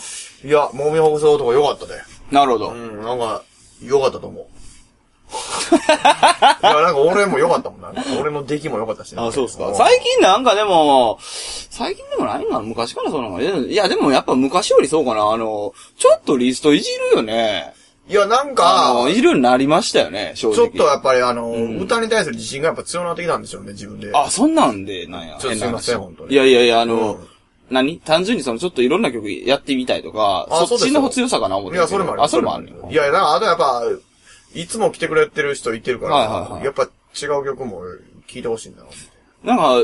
[SPEAKER 1] いや、もみほぐせ男良かったで。
[SPEAKER 2] なるほど
[SPEAKER 1] う。ん、なんか、良かったと思 う。いや、なんか俺も良かったもんなんか。俺の出来も良かったしな
[SPEAKER 2] あ、そうですか。
[SPEAKER 1] ん
[SPEAKER 2] 最近なんかでも、最近でもないんかな昔からそうなのかないや、でもやっぱ昔よりそうかな。あの、ちょっとリストいじるよね。
[SPEAKER 1] いや、なん
[SPEAKER 2] あの、
[SPEAKER 1] か、
[SPEAKER 2] いじるようになりましたよね、正直。
[SPEAKER 1] ちょっとやっぱりあの、歌に対する自信がやっぱ強くなってきたんですよね、自分で。
[SPEAKER 2] あ、そんなんで、なんや。
[SPEAKER 1] ちょっと
[SPEAKER 2] 変な話
[SPEAKER 1] すいません本当に
[SPEAKER 2] いやいやいや、あの、
[SPEAKER 1] うん
[SPEAKER 2] 何単純にその、ちょっといろんな曲やってみたいとか、
[SPEAKER 1] あ
[SPEAKER 2] そっ
[SPEAKER 1] そう
[SPEAKER 2] ち
[SPEAKER 1] です
[SPEAKER 2] の
[SPEAKER 1] よ
[SPEAKER 2] 強さかな思っ
[SPEAKER 1] い
[SPEAKER 2] て。
[SPEAKER 1] や、それもある。
[SPEAKER 2] あ、それもあるね。
[SPEAKER 1] いや、なんか、あとやっぱ、いつも来てくれてる人いてるから、
[SPEAKER 2] はいはいはい
[SPEAKER 1] やっぱ違う曲も聴いてほしいんだろ
[SPEAKER 2] なんか、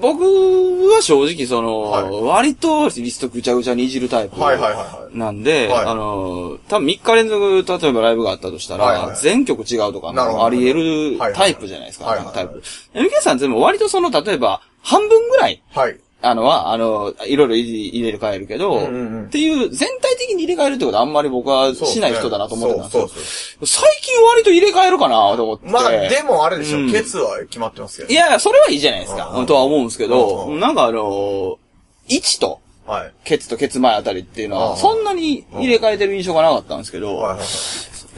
[SPEAKER 2] 僕は正直その、
[SPEAKER 1] はい
[SPEAKER 2] 割とリストぐちゃぐちゃにいじるタイプ。
[SPEAKER 1] はいはいはいはい
[SPEAKER 2] なんで、
[SPEAKER 1] はい
[SPEAKER 2] あの、多分3日連続、例えばライブがあったとしたら、
[SPEAKER 1] はいはいはい
[SPEAKER 2] 全曲違うとか、
[SPEAKER 1] なるほど
[SPEAKER 2] あり得る
[SPEAKER 1] はいはい
[SPEAKER 2] タイプじゃないですか。
[SPEAKER 1] はい
[SPEAKER 2] な
[SPEAKER 1] は
[SPEAKER 2] ん
[SPEAKER 1] い
[SPEAKER 2] か
[SPEAKER 1] は
[SPEAKER 2] タ
[SPEAKER 1] い
[SPEAKER 2] イプ。MK さん全部割とその、例えば、半分ぐらい、
[SPEAKER 1] はい。
[SPEAKER 2] あのは、あの、いろいろ入れ替えるけど、
[SPEAKER 1] うんうんうん
[SPEAKER 2] っていう、全体的に入れ替えるってことはあんまり僕は
[SPEAKER 1] そうです
[SPEAKER 2] し
[SPEAKER 1] ね
[SPEAKER 2] ない人だなと思ってたんですよ。
[SPEAKER 1] そうそうそ
[SPEAKER 2] 最近割と入れ替えるかなと思って。
[SPEAKER 1] うまあ、でもあれでしょ、
[SPEAKER 2] うん
[SPEAKER 1] ケツは決まってますけど。
[SPEAKER 2] いやいや、それはいいじゃないですか。
[SPEAKER 1] うんうん
[SPEAKER 2] とは思うんですけど、
[SPEAKER 1] うんうん
[SPEAKER 2] なんかあのー、1と、
[SPEAKER 1] はい。
[SPEAKER 2] ケツとケツ前あたりっていうの
[SPEAKER 1] うんう
[SPEAKER 2] は、
[SPEAKER 1] ん
[SPEAKER 2] そんなに入れ替えてる印象がなかったんですけど、
[SPEAKER 1] はいはいはい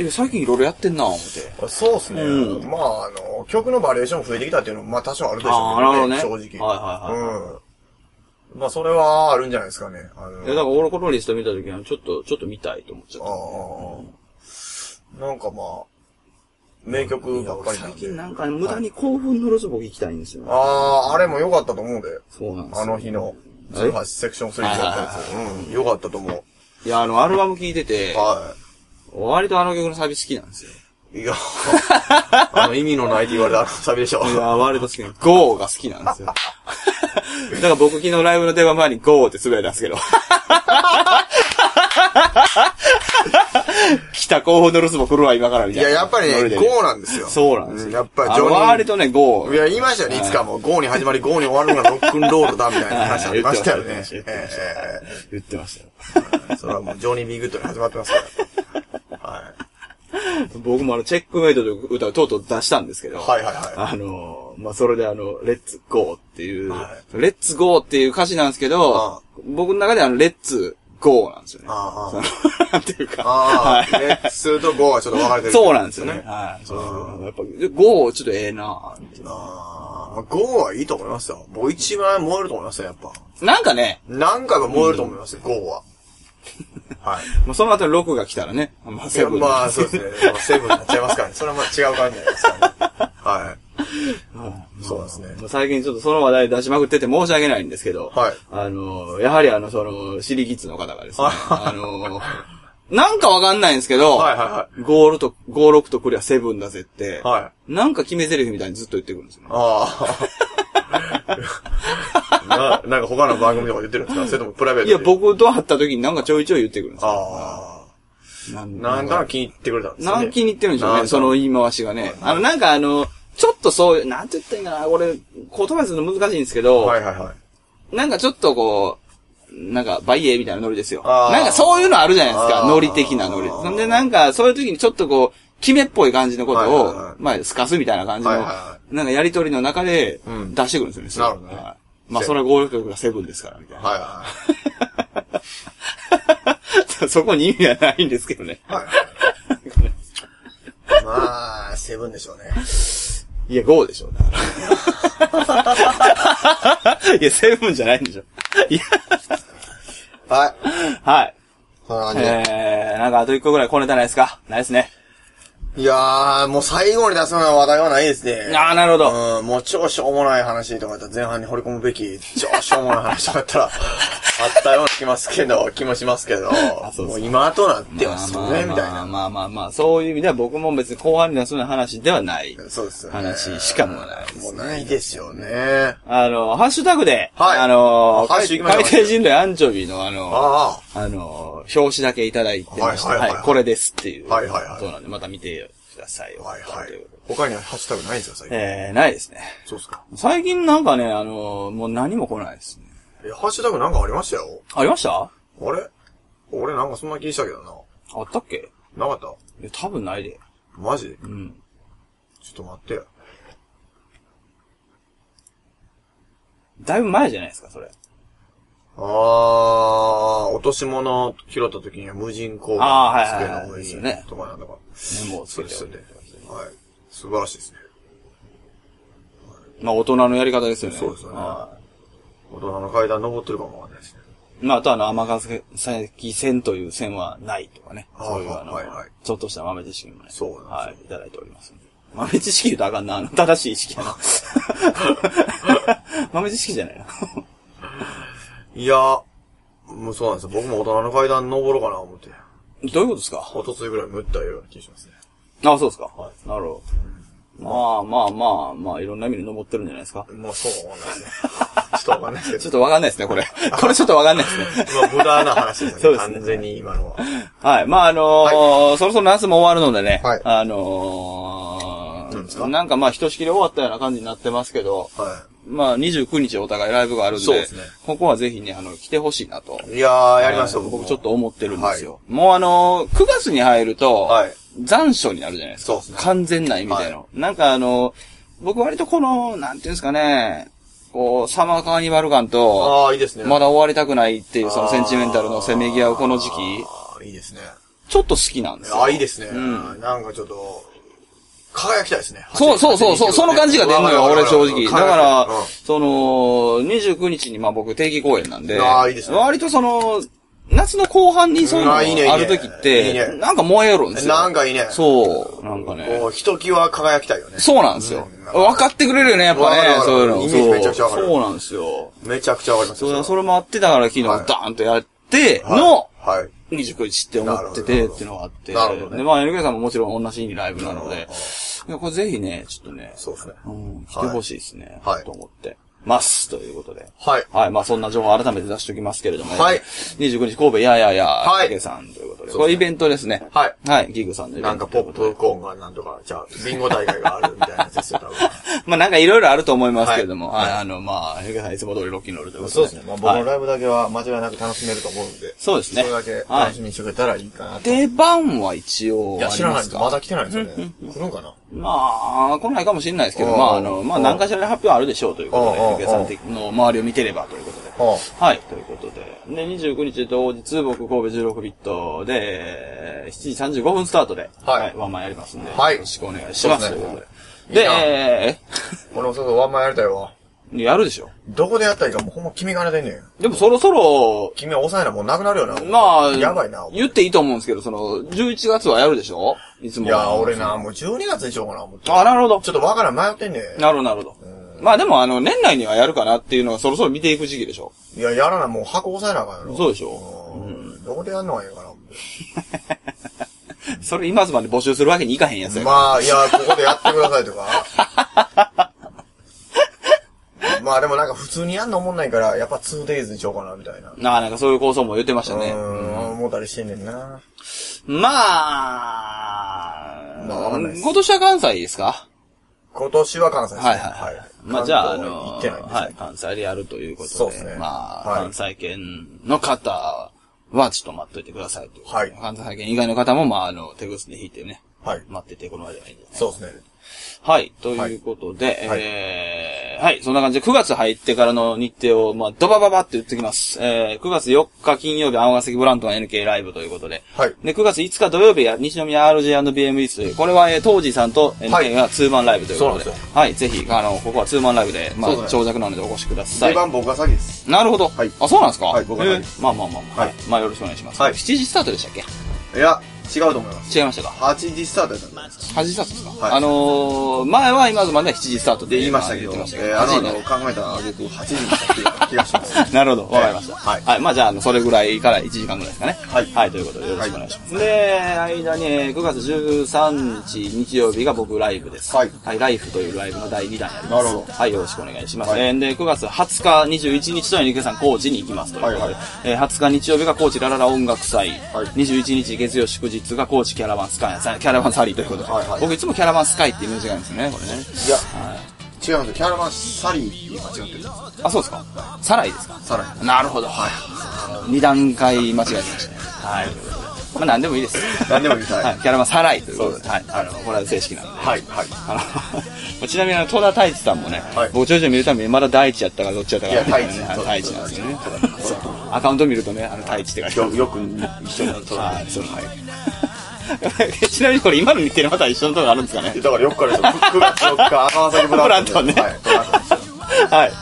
[SPEAKER 2] いや最近いろいろやってんな思って。
[SPEAKER 1] そうですね。
[SPEAKER 2] う
[SPEAKER 1] まあ、あの、曲のバリエーションも増えてきたっていうのも、まあ多少あるでしょ
[SPEAKER 2] あーなるほど
[SPEAKER 1] う
[SPEAKER 2] ね
[SPEAKER 1] ね。正直。
[SPEAKER 2] はいはい
[SPEAKER 1] うん。まあ、それはあるんじゃないですかね。あ
[SPEAKER 2] いや、だから
[SPEAKER 1] の、
[SPEAKER 2] 俺このリスト見た時は、ちょっと、ちょっと見たいと思っちゃった。
[SPEAKER 1] ああ、なんかまあ、名曲ばっかりなん
[SPEAKER 2] 最
[SPEAKER 1] で
[SPEAKER 2] 近なんか無駄に興奮のロス僕行きたいんですよ。
[SPEAKER 1] ああ、あれも良かったと思うで。
[SPEAKER 2] そうなんですよ
[SPEAKER 1] あの日の18セクション3だったやつ。うん、良かったと思う。
[SPEAKER 2] いや、あの、アルバム聴いてて、
[SPEAKER 1] は
[SPEAKER 2] 割とあの曲のサビ好きなんですよ。
[SPEAKER 1] い。いや、あの意味のないって言われたあのサビでしょ。
[SPEAKER 2] いや、割と好きな、ゴーが好きなんです よ。だから僕昨日ライブの電話前にゴーって滑れたんですけど。 来た興奮のロスも来るわ、今からみ
[SPEAKER 1] い
[SPEAKER 2] たいな。
[SPEAKER 1] や、やっぱり
[SPEAKER 2] ノリ
[SPEAKER 1] ね、
[SPEAKER 2] で
[SPEAKER 1] ゴーなんですよ。
[SPEAKER 2] そうなんですよ。
[SPEAKER 1] やっぱり
[SPEAKER 2] あ
[SPEAKER 1] ジョニー
[SPEAKER 2] 割とね、ゴ
[SPEAKER 1] い
[SPEAKER 2] ー。
[SPEAKER 1] や、言いましたよね。いつかも、ゴーに始まり、ゴーに終わるのがロックンロールだ、みたいな話ありましたよ
[SPEAKER 2] 言
[SPEAKER 1] ね
[SPEAKER 2] っ。て
[SPEAKER 1] え
[SPEAKER 2] ました言ってました
[SPEAKER 1] え
[SPEAKER 2] 言ってましたよ。
[SPEAKER 1] ええそれはもう、ジョニー・ビー・グッドに始まってますから。はい。
[SPEAKER 2] 僕もあの、チェックメイトという歌をとうとう出したんですけど。
[SPEAKER 1] はいはいは
[SPEAKER 2] あのー、まあ、それであの、レッツゴーっていう、
[SPEAKER 1] は
[SPEAKER 2] レッツゴーっていう歌詞なんですけど
[SPEAKER 1] あ、
[SPEAKER 2] 僕の中であの、レッツゴーなんですよね。
[SPEAKER 1] ああ
[SPEAKER 2] そのなんていうか。
[SPEAKER 1] ああ、
[SPEAKER 2] はい
[SPEAKER 1] レッツとゴーはちょっと分かれてる。
[SPEAKER 2] そうなんですよね。。はい。そうそうやっぱ、ゴーちょっとええな
[SPEAKER 1] ああ、ゴーはいいと思いますよ。僕一番燃えると思いますよ、やっぱ。
[SPEAKER 2] なんかね、
[SPEAKER 1] 何回も燃えると思いますよ、ゴー は。はい。
[SPEAKER 2] もうその後に6が来たらね、まあ、セブン。
[SPEAKER 1] いやまあ、そうですね。まあセブンになっちゃいますからね。それはまあ違う感じになりますからね。はい。そうですね。
[SPEAKER 2] もう最近ちょっとその話題出しまくってて申し訳ないんですけど、
[SPEAKER 1] はい
[SPEAKER 2] あの、やはりあの、その、シリキッズの方がですね、あ
[SPEAKER 1] あ
[SPEAKER 2] の、なんかわかんないんですけど、
[SPEAKER 1] はいはいは
[SPEAKER 2] ゴールと、ゴーロクとクリアセブンだぜって、
[SPEAKER 1] はい。
[SPEAKER 2] なんか決め台詞みたいにずっと言ってくるんですよね。
[SPEAKER 1] ああ。ななん か他の番組とか言ってるんですかそれともプライベート
[SPEAKER 2] いや、。
[SPEAKER 1] で
[SPEAKER 2] 僕と会った時になんかちょいちょい言ってくるんですよ。
[SPEAKER 1] あ
[SPEAKER 2] なん
[SPEAKER 1] あ。なんだか気に入ってくれたんですね。
[SPEAKER 2] なん気に入ってるんでしょう
[SPEAKER 1] なん
[SPEAKER 2] ね、
[SPEAKER 1] か
[SPEAKER 2] その言い回しがね。あの、なんかあの、ちょっとそういう、なんて言ったらいいかな、俺、言葉にするの難しいんですけど、
[SPEAKER 1] はいはいはい。
[SPEAKER 2] なんかちょっとこう、なんか、バイエーみたいなノリですよ。
[SPEAKER 1] あー
[SPEAKER 2] なんかそういうのあるじゃないですか
[SPEAKER 1] あ、ー
[SPEAKER 2] ノリ的なノリ。そんでなんか、そういう時にちょっとこう、決めっぽい感じのことを、
[SPEAKER 1] はいはいはい
[SPEAKER 2] まあ、すかすみたいな感じの、
[SPEAKER 1] はいはいは
[SPEAKER 2] なんかやりとりの中で
[SPEAKER 1] うん
[SPEAKER 2] 出してくるんですよね。それ
[SPEAKER 1] なるほどね
[SPEAKER 2] はいまあ、それはゴールド力がセブンですから、みたいな。
[SPEAKER 1] はいは
[SPEAKER 2] そこに意味はないんですけどね。
[SPEAKER 1] はいまあ、セブンでしょうね。
[SPEAKER 2] いや、5でしょ、だ から。いや、セブンじゃないんでしょ。いや、
[SPEAKER 1] はい。
[SPEAKER 2] はい。
[SPEAKER 1] こんな感じで。
[SPEAKER 2] えー、なんかあと1個ぐらいこねたないですかないですね。
[SPEAKER 1] いやー、もう最後に出すような話題はないですね。
[SPEAKER 2] あー、なるほど。
[SPEAKER 1] うん、もう超しょうもない話とかだったら前半に掘り込むべき、超しょうもない話とかだ ったら、あったような気もすけど、気もしますけど、
[SPEAKER 2] そう
[SPEAKER 1] も
[SPEAKER 2] そう
[SPEAKER 1] う今となって
[SPEAKER 2] ま
[SPEAKER 1] は
[SPEAKER 2] あ
[SPEAKER 1] そうね、みたい
[SPEAKER 2] まあ
[SPEAKER 1] な。
[SPEAKER 2] まあまあまあ、そういう意味では僕も別に後半にはそんな話ではない。
[SPEAKER 1] そうですよね。
[SPEAKER 2] 話しかもないですね
[SPEAKER 1] もうないですよね。
[SPEAKER 2] あの、ハッシュタグで、
[SPEAKER 1] はい
[SPEAKER 2] あの、
[SPEAKER 1] ハッ
[SPEAKER 2] 海
[SPEAKER 1] シュ行きましょう
[SPEAKER 2] 海底人類アンチョビのあの、
[SPEAKER 1] あ
[SPEAKER 2] あの、表紙だけいただいてました。
[SPEAKER 1] はいはいはいはい
[SPEAKER 2] はい、これですっていう。
[SPEAKER 1] はいはいはい
[SPEAKER 2] そうなんで、また見てください
[SPEAKER 1] あ、
[SPEAKER 2] よ。
[SPEAKER 1] はいはい
[SPEAKER 2] とうことで。
[SPEAKER 1] 他にはハッシュタグないんですよ、最近。
[SPEAKER 2] えー、ないですね。
[SPEAKER 1] そうっすか。
[SPEAKER 2] 最近なんかね、あの、もう何も来ないですね。
[SPEAKER 1] え、ハッシュタグなんかありましたよ。
[SPEAKER 2] ありました
[SPEAKER 1] あれ俺なんかそんな気したけど
[SPEAKER 2] あったっけ
[SPEAKER 1] な。なかっ
[SPEAKER 2] いや多分ないで。
[SPEAKER 1] たマジ
[SPEAKER 2] うん。
[SPEAKER 1] ちょっと待ってよ。
[SPEAKER 2] だいぶ前じゃないですか、それ。
[SPEAKER 1] あー、落とし物拾った時には無人工具
[SPEAKER 2] あー
[SPEAKER 1] 机
[SPEAKER 2] はいはい
[SPEAKER 1] の
[SPEAKER 2] はい
[SPEAKER 1] 上
[SPEAKER 2] です
[SPEAKER 1] に、
[SPEAKER 2] よね
[SPEAKER 1] とかなんとか。
[SPEAKER 2] メモをつ
[SPEAKER 1] そ
[SPEAKER 2] け
[SPEAKER 1] う
[SPEAKER 2] て
[SPEAKER 1] です
[SPEAKER 2] お
[SPEAKER 1] よ
[SPEAKER 2] い
[SPEAKER 1] ね
[SPEAKER 2] て。
[SPEAKER 1] はい。素晴らしいですね。
[SPEAKER 2] まあ、大人のやり方ですよね。
[SPEAKER 1] そうですよね
[SPEAKER 2] は
[SPEAKER 1] 大人の階段登ってるかもわかんないですね。
[SPEAKER 2] いまあ、あとあの、天ヶ崎線という線はないとかね。
[SPEAKER 1] あー
[SPEAKER 2] そういうあの、
[SPEAKER 1] はいはい
[SPEAKER 2] ちょっとした豆知識もね。
[SPEAKER 1] そうなん
[SPEAKER 2] は
[SPEAKER 1] で
[SPEAKER 2] い、いただいておりますんで。豆知識言うとあかんな。あの、正しい意識やな。 豆知識じゃないな。
[SPEAKER 1] いや、もうそうなんですよ。僕も大人の階段登ろうかな思って。
[SPEAKER 2] どういうことですか
[SPEAKER 1] おとついぐらいむったような気がしますね。
[SPEAKER 2] あ、そうですか。はい。なるほど。まあまあまあまあ、いろんな意味で登ってるんじゃないですか。
[SPEAKER 1] もうそうわかんないですね。 ちょっとわかんないです
[SPEAKER 2] ちょ
[SPEAKER 1] け
[SPEAKER 2] っとわかんないですね、 これ。これちょっとわかんないですね。
[SPEAKER 1] ど。まあ無駄な話です
[SPEAKER 2] そう
[SPEAKER 1] ね。
[SPEAKER 2] ですね
[SPEAKER 1] 完全に今のは。
[SPEAKER 2] はい。まあ、あのーそろそろ夏も終わるのでね。
[SPEAKER 1] はい
[SPEAKER 2] あの
[SPEAKER 1] なんですか
[SPEAKER 2] ー、なんかまあ、ひとしきり終わったような感じになってますけど、
[SPEAKER 1] は
[SPEAKER 2] まあ、29日お互いライブがあるんで、
[SPEAKER 1] そうですね
[SPEAKER 2] ここはぜひね、あの、来てほしいなと。
[SPEAKER 1] い。いやー、やりました、
[SPEAKER 2] あの僕
[SPEAKER 1] 僕も
[SPEAKER 2] ちょっと。思ってるんですよ。もうあのー、9月に入ると、
[SPEAKER 1] はい
[SPEAKER 2] 残暑になるじゃないですか。
[SPEAKER 1] そうですね
[SPEAKER 2] 完全な意味での。なんかあのー、僕割とこの、なんていうんですかね、こう、サマーカーニバル感と、
[SPEAKER 1] あー、いいですね。
[SPEAKER 2] まだ
[SPEAKER 1] だ、
[SPEAKER 2] 終わりたくないっていう、そのセンチメンタルのせめぎ合うこの時期、
[SPEAKER 1] あーいいですね。
[SPEAKER 2] ちょっと好きなんですよ。
[SPEAKER 1] あー、いいですね。
[SPEAKER 2] うん
[SPEAKER 1] なんかちょっと、輝きたいですね。
[SPEAKER 2] そうそうそう、そうその感じが出んのよ、
[SPEAKER 1] わか
[SPEAKER 2] 俺
[SPEAKER 1] るわ
[SPEAKER 2] 正
[SPEAKER 1] かるわか
[SPEAKER 2] 直。
[SPEAKER 1] る
[SPEAKER 2] だか
[SPEAKER 1] 輝
[SPEAKER 2] ら
[SPEAKER 1] きたいうん、
[SPEAKER 2] その、29日にまあ僕定期公演なんで、
[SPEAKER 1] ああいいですね
[SPEAKER 2] 割とその、夏の後半にそういうの
[SPEAKER 1] う
[SPEAKER 2] が
[SPEAKER 1] んあいいねいいね
[SPEAKER 2] ある時っ
[SPEAKER 1] いいね
[SPEAKER 2] て、なんか燃えよるんですよ。
[SPEAKER 1] なんかいいね
[SPEAKER 2] そう、なんか
[SPEAKER 1] こ
[SPEAKER 2] ね。
[SPEAKER 1] う、ひときわ輝きたいよね。
[SPEAKER 2] そうなんですよ
[SPEAKER 1] うん。
[SPEAKER 2] 分かってくれるよね、やっぱ
[SPEAKER 1] わかるわ
[SPEAKER 2] ね
[SPEAKER 1] か、る
[SPEAKER 2] そういうの。
[SPEAKER 1] イメージめちゃくちゃわ
[SPEAKER 2] そ
[SPEAKER 1] か
[SPEAKER 2] う
[SPEAKER 1] る
[SPEAKER 2] そうなんですよ。
[SPEAKER 1] めちゃくちゃわかります
[SPEAKER 2] そ
[SPEAKER 1] よ
[SPEAKER 2] う
[SPEAKER 1] そ
[SPEAKER 2] そ
[SPEAKER 1] れ
[SPEAKER 2] れもあって、だから昨日ダ
[SPEAKER 1] はい
[SPEAKER 2] ーンとやって、
[SPEAKER 1] は
[SPEAKER 2] の、
[SPEAKER 1] はい。はい
[SPEAKER 2] 29日って思っててっていうのがあって。
[SPEAKER 1] なるほどね
[SPEAKER 2] で、まあ、NK さんももちろん同じ日にライブなの
[SPEAKER 1] なる
[SPEAKER 2] で
[SPEAKER 1] ほ、
[SPEAKER 2] いやこれぜひね、ちょっとね、
[SPEAKER 1] そうですね。
[SPEAKER 2] うん、来てほしいですね。
[SPEAKER 1] はい
[SPEAKER 2] と思ってます。ということで。
[SPEAKER 1] はい。
[SPEAKER 2] はい。まあ、そんな情報を改めて出しておきますけれども。
[SPEAKER 1] はい
[SPEAKER 2] 29日神戸、いやいやいや、
[SPEAKER 1] はい
[SPEAKER 2] 竹さんということで。
[SPEAKER 1] そうですね
[SPEAKER 2] これイベントですね。
[SPEAKER 1] はい。
[SPEAKER 2] はい。ギグさんのイベント。
[SPEAKER 1] なんかポップ。コーンがなんとか、じゃあ、ビンゴ大会があるみたいなやつです よ、多分。
[SPEAKER 2] まあ、なんかいろいろあると思いますけれども。
[SPEAKER 1] は
[SPEAKER 2] はいい。あの、まあ、竹さんいつも通りロッキー乗るということで。はい
[SPEAKER 1] ライブだけは間違いなく楽しめると思うんで。
[SPEAKER 2] そうですねはい
[SPEAKER 1] みにしてくれたらいいかなと
[SPEAKER 2] 出番は一応
[SPEAKER 1] い
[SPEAKER 2] あり
[SPEAKER 1] や、
[SPEAKER 2] ますか。
[SPEAKER 1] 知らないです。まだ来てないんですよね。来るんかな
[SPEAKER 2] まあ、来ないかもしれないですけ
[SPEAKER 1] う
[SPEAKER 2] ど、
[SPEAKER 1] ん
[SPEAKER 2] まあ、あの、まあ、
[SPEAKER 1] うん
[SPEAKER 2] 何かしらの発表あるでしょうということ
[SPEAKER 1] うん
[SPEAKER 2] で、ゆけさん的の周りを見てればということで。
[SPEAKER 1] う
[SPEAKER 2] はい、ということで。で、29日同日、僕、神戸16ビットで、えー7時35分スタートで、
[SPEAKER 1] はい
[SPEAKER 2] ワンマンやりますんで、
[SPEAKER 1] はい
[SPEAKER 2] よろしくお願いします。
[SPEAKER 1] そ
[SPEAKER 2] と
[SPEAKER 1] う
[SPEAKER 2] いう
[SPEAKER 1] ですね
[SPEAKER 2] ことで。
[SPEAKER 1] いい
[SPEAKER 2] で、
[SPEAKER 1] な
[SPEAKER 2] え
[SPEAKER 1] 俺もそうそう、ワンマンやりたいわ。
[SPEAKER 2] ーやるでしょ。
[SPEAKER 1] どこでやったらいいか、もうほんま君が出んねん。
[SPEAKER 2] でもそろそろ、
[SPEAKER 1] 君は抑えな、もうなくなるよな。
[SPEAKER 2] まあ、
[SPEAKER 1] やばいな。
[SPEAKER 2] 言っていいと思うんですけど、その、11月はやるでしょいつ
[SPEAKER 1] い
[SPEAKER 2] も。
[SPEAKER 1] や、俺。な、もう12月にしようかな、思って。
[SPEAKER 2] あ、なるほど
[SPEAKER 1] ちょ。っとわからん、迷ってんねん。
[SPEAKER 2] なるほど、なるほど。まあでも、あの、年内にはやるかなっていうのはそろそろ見ていく時期でしょ。
[SPEAKER 1] いや、やらな、もう箱押さえなあかんやろ。
[SPEAKER 2] そううでしょ。
[SPEAKER 1] ん。どこでやんのがいいかな。
[SPEAKER 2] それ今すまで募集するわけにいかへんやつや。
[SPEAKER 1] まあ、いや、ここでやってくださいとか。 まあでもなんか普通にやんの思んないから、やっぱ 2days にしようかな、みたいな。う
[SPEAKER 2] なあ、なんかそういう構想も言ってました
[SPEAKER 1] ー
[SPEAKER 2] ね。
[SPEAKER 1] ん、思ったりしてんねんな。
[SPEAKER 2] まあ、
[SPEAKER 1] まあわかんないです
[SPEAKER 2] 今年は関西ですか
[SPEAKER 1] 今年は関西ですね。
[SPEAKER 2] はいはいはい。まあじゃあ、あ
[SPEAKER 1] 関東
[SPEAKER 2] の、
[SPEAKER 1] 行ってないんです
[SPEAKER 2] は
[SPEAKER 1] ね
[SPEAKER 2] い、関西でやるということで。
[SPEAKER 1] そうですね
[SPEAKER 2] まあ、
[SPEAKER 1] はい
[SPEAKER 2] 関西圏の方はちょっと待っといてくださいということで
[SPEAKER 1] はい
[SPEAKER 2] 関西圏以外の方も、まあ、あの、手靴で引いてね、
[SPEAKER 1] はい。
[SPEAKER 2] 待っててこの間はいいんじゃない
[SPEAKER 1] そうですね。
[SPEAKER 2] はい、ということで、
[SPEAKER 1] はい
[SPEAKER 2] ええーはい、そんな感じで9月入ってからの日程を、まあ、ドバババって言ってきます。えー9月4日金曜日、青ヶ崎ブラントン NK ライブということで。
[SPEAKER 1] はい
[SPEAKER 2] で、9月5日土曜日、西宮 RJ&BM イースという、これは、えー、当時さんと NK がツーマンライブということで。
[SPEAKER 1] そうなん
[SPEAKER 2] で
[SPEAKER 1] です
[SPEAKER 2] はい、ぜひ、あの、ここはツーマンライブで、ま
[SPEAKER 1] そう
[SPEAKER 2] あ、
[SPEAKER 1] なんです
[SPEAKER 2] 長尺なのでお越しください。
[SPEAKER 1] 出番僕が先です。
[SPEAKER 2] なるほど。
[SPEAKER 1] はい
[SPEAKER 2] あ、そうなんですか
[SPEAKER 1] はい僕が先
[SPEAKER 2] えーまあまあまあまあ。は
[SPEAKER 1] はいい。
[SPEAKER 2] まあよろしくお願いします。
[SPEAKER 1] はい
[SPEAKER 2] 7時スタートでしたっけ
[SPEAKER 1] いや、違うと思います。
[SPEAKER 2] 違いましたか
[SPEAKER 1] 8時スタートやったんじゃないですか。
[SPEAKER 2] 8時スタートですか、
[SPEAKER 1] はい
[SPEAKER 2] あのー、前は今のまでは7時スタートって
[SPEAKER 1] で、言いましたけ
[SPEAKER 2] 言っ
[SPEAKER 1] ど、
[SPEAKER 2] て
[SPEAKER 1] え
[SPEAKER 2] ましたけど、
[SPEAKER 1] ーあの、
[SPEAKER 2] 8
[SPEAKER 1] あ
[SPEAKER 2] 時
[SPEAKER 1] の
[SPEAKER 2] ね。
[SPEAKER 1] 考えたら、あげく8時にしたっていう気がします。
[SPEAKER 2] なるほど、わかりました。
[SPEAKER 1] はい
[SPEAKER 2] はい。まあじゃあ、あの、それぐらいから1時間ぐらいですかね。
[SPEAKER 1] はい
[SPEAKER 2] はい、ということでよろしくお願いします。で、間に、えー9月13日日曜日が僕ライブです。
[SPEAKER 1] はい
[SPEAKER 2] はい、ライフというライブの第2弾やります。
[SPEAKER 1] なるほど
[SPEAKER 2] はい、よろしくお願いします。
[SPEAKER 1] はい
[SPEAKER 2] えーで、9月20日、21日と、NK さん、高知に行きますということで、
[SPEAKER 1] はいはい
[SPEAKER 2] えー20日日曜日が高知ラララ音楽祭、
[SPEAKER 1] はい
[SPEAKER 2] 21日月曜祝日が高知キャラバンスカイ、キャラバンサリーということで、
[SPEAKER 1] はいはい
[SPEAKER 2] 僕いつもキャラバンスカイってイメージがあるんですよね、これね。
[SPEAKER 1] いや、
[SPEAKER 2] は
[SPEAKER 1] 違うんですよ。キャラバンサリーって間違ってるんですよ。
[SPEAKER 2] い。あ、そうですかサライですか
[SPEAKER 1] サラー。
[SPEAKER 2] なるほど。はい。二段階間違えてましたね。はい。まあ何でもいいです。
[SPEAKER 1] 何でもいいですはい
[SPEAKER 2] はい。キャラバンサライということ
[SPEAKER 1] そう
[SPEAKER 2] で。はい。あの、これは正式なんで。
[SPEAKER 1] はい、はい。
[SPEAKER 2] あの、 ちなみにあの、戸田太一さんもね
[SPEAKER 1] はい、
[SPEAKER 2] 僕徐々に見るためにまだ大地やったからどっちやったかわかんない
[SPEAKER 1] い
[SPEAKER 2] ね。
[SPEAKER 1] や
[SPEAKER 2] はい
[SPEAKER 1] 太
[SPEAKER 2] 太
[SPEAKER 1] 一
[SPEAKER 2] 一なんですよね
[SPEAKER 1] 戸田太。一
[SPEAKER 2] そうアカウント見るとね、あの、太一って書いてあ
[SPEAKER 1] よ
[SPEAKER 2] る。
[SPEAKER 1] よく一緒に撮ら
[SPEAKER 2] は
[SPEAKER 1] れ
[SPEAKER 2] い、
[SPEAKER 1] て
[SPEAKER 2] そう
[SPEAKER 1] る。 はい。
[SPEAKER 2] はい。 ちなみにこれ今の日程また一緒のとこあるんですかね
[SPEAKER 1] だからよくからですよ。9月4日、赤崎ブラントンで。
[SPEAKER 2] ブラントンね
[SPEAKER 1] はい、ブラントンですよ
[SPEAKER 2] はい。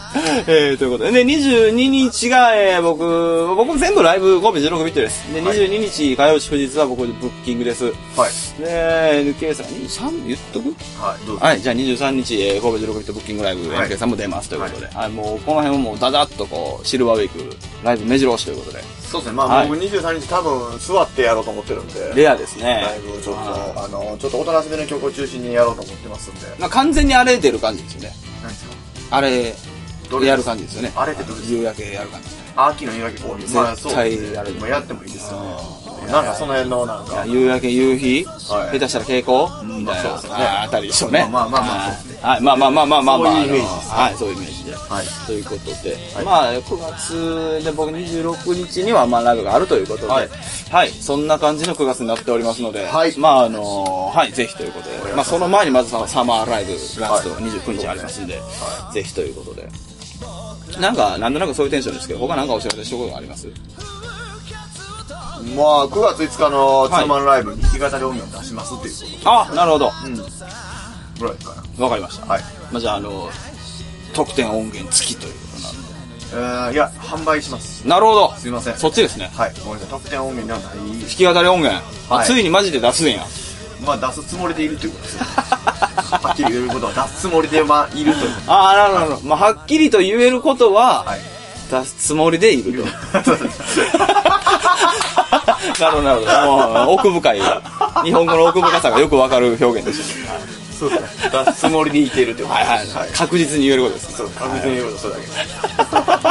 [SPEAKER 2] えー、ということで。で、22日が、えー、僕、僕全部ライブ5日16ビットです。で、
[SPEAKER 1] はい
[SPEAKER 2] 22日火曜祝日は僕ブッキングです。で、
[SPEAKER 1] はい。
[SPEAKER 2] NK さん、23言っとく
[SPEAKER 1] はい、どうぞ。
[SPEAKER 2] はい、じゃあ23日、えー、神戸16ビットブッキングライブ、
[SPEAKER 1] はい
[SPEAKER 2] NK さんも出ますということで。はい、もう、この辺をもう、だだっとこう、シルバーウィーク、ライブ目白押しということで。
[SPEAKER 1] そうですね。まあ、
[SPEAKER 2] はい
[SPEAKER 1] 僕23日多分座ってやろうと思ってるんで。
[SPEAKER 2] レアですね
[SPEAKER 1] ライ。ブちょっ
[SPEAKER 2] は
[SPEAKER 1] と、あの、ちょっとおとなしめの曲を中心にやろうと思ってますんで。
[SPEAKER 2] いまあ、完全にあれ出る感じですよね。
[SPEAKER 1] 何ですか
[SPEAKER 2] あれ
[SPEAKER 1] ど、れ
[SPEAKER 2] やる感じですよね。
[SPEAKER 1] あれってどれですか
[SPEAKER 2] 夕焼けやる感じですね。
[SPEAKER 1] 秋の夜明け氷。まあ、そうです
[SPEAKER 2] 絶対
[SPEAKER 1] ね。
[SPEAKER 2] やる
[SPEAKER 1] まあやってもいいですよね。なんかその辺の、なんか。
[SPEAKER 2] 夕焼け、夕日、
[SPEAKER 1] はい
[SPEAKER 2] 下手したら蛍光
[SPEAKER 1] ん
[SPEAKER 2] みたいな、
[SPEAKER 1] まあそうですね
[SPEAKER 2] ああたりでしょうね。
[SPEAKER 1] まあまあまあまあ
[SPEAKER 2] はいはい、まあまあまあまあまあまあ。
[SPEAKER 1] そういうイメージです
[SPEAKER 2] あのはい、そういうイメージで。
[SPEAKER 1] はい。
[SPEAKER 2] ということで、
[SPEAKER 1] はい
[SPEAKER 2] まあ、9月で僕26日には、まあ、ライブがあるということで、は
[SPEAKER 1] はいい、
[SPEAKER 2] そんな感じの9月になっておりますので、
[SPEAKER 1] はい
[SPEAKER 2] まあ、あのーはい、ぜひということで、まあ、その前にまずさサマーライブ、ラスト
[SPEAKER 1] はい
[SPEAKER 2] 29日ありますんで、ぜひということで。なんか、なんとなくそういうテンションですけど、他なんかお知らせしたことがあります
[SPEAKER 1] まあ、9月5日のツーマンライブに弾き語り音源を出しますっていうこ
[SPEAKER 2] あ、なるほど。
[SPEAKER 1] と。うん。ぐらいかな。
[SPEAKER 2] わかりました。
[SPEAKER 1] はい。
[SPEAKER 2] まあ、じゃあ、あの、特典音源付きということなんで。
[SPEAKER 1] えーいや、販売します。
[SPEAKER 2] なるほど。
[SPEAKER 1] すいません。
[SPEAKER 2] そっちですね。
[SPEAKER 1] はい。ごめんなさい。特典音源ではない。
[SPEAKER 2] 弾き語り音源。あ
[SPEAKER 1] はい
[SPEAKER 2] ついにマジで出すねんや。
[SPEAKER 1] まあ、出すつもりでいるということですよ。はっきり言うことは、出すつもりで、まあ、いるという。
[SPEAKER 2] ああ、なるほどなるほど。まあ、はっきりと言えることは、
[SPEAKER 1] はい。
[SPEAKER 2] 出すつもりでい ると。
[SPEAKER 1] そうです
[SPEAKER 2] なるほど、なるほど。もう奥深い。日本語の奥深さがよくわかる表現でし
[SPEAKER 1] そうですね。 出すつもりでいけるという
[SPEAKER 2] た。
[SPEAKER 1] こと
[SPEAKER 2] は
[SPEAKER 1] で
[SPEAKER 2] い
[SPEAKER 1] す。
[SPEAKER 2] はい。確実に言えることです。
[SPEAKER 1] そう、確実に言うことそれだけです。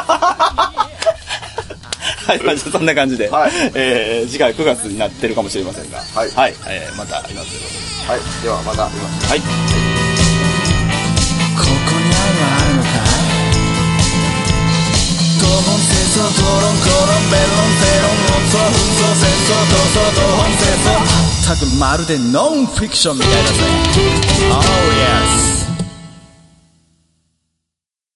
[SPEAKER 2] はい、まあ、じゃあそんな感じで、
[SPEAKER 1] はい
[SPEAKER 2] えー、次回9月になってるかもしれませんが、
[SPEAKER 1] はい
[SPEAKER 2] はい、えー、またありますよ
[SPEAKER 1] はい。では、また。
[SPEAKER 2] はい。
[SPEAKER 3] ここに愛はあるのかドボン戦争ドロンコロンベロンセロン音符紛争戦争闘争ドボン戦争まったくまるでノンフィクションみたいだぜ Oh yes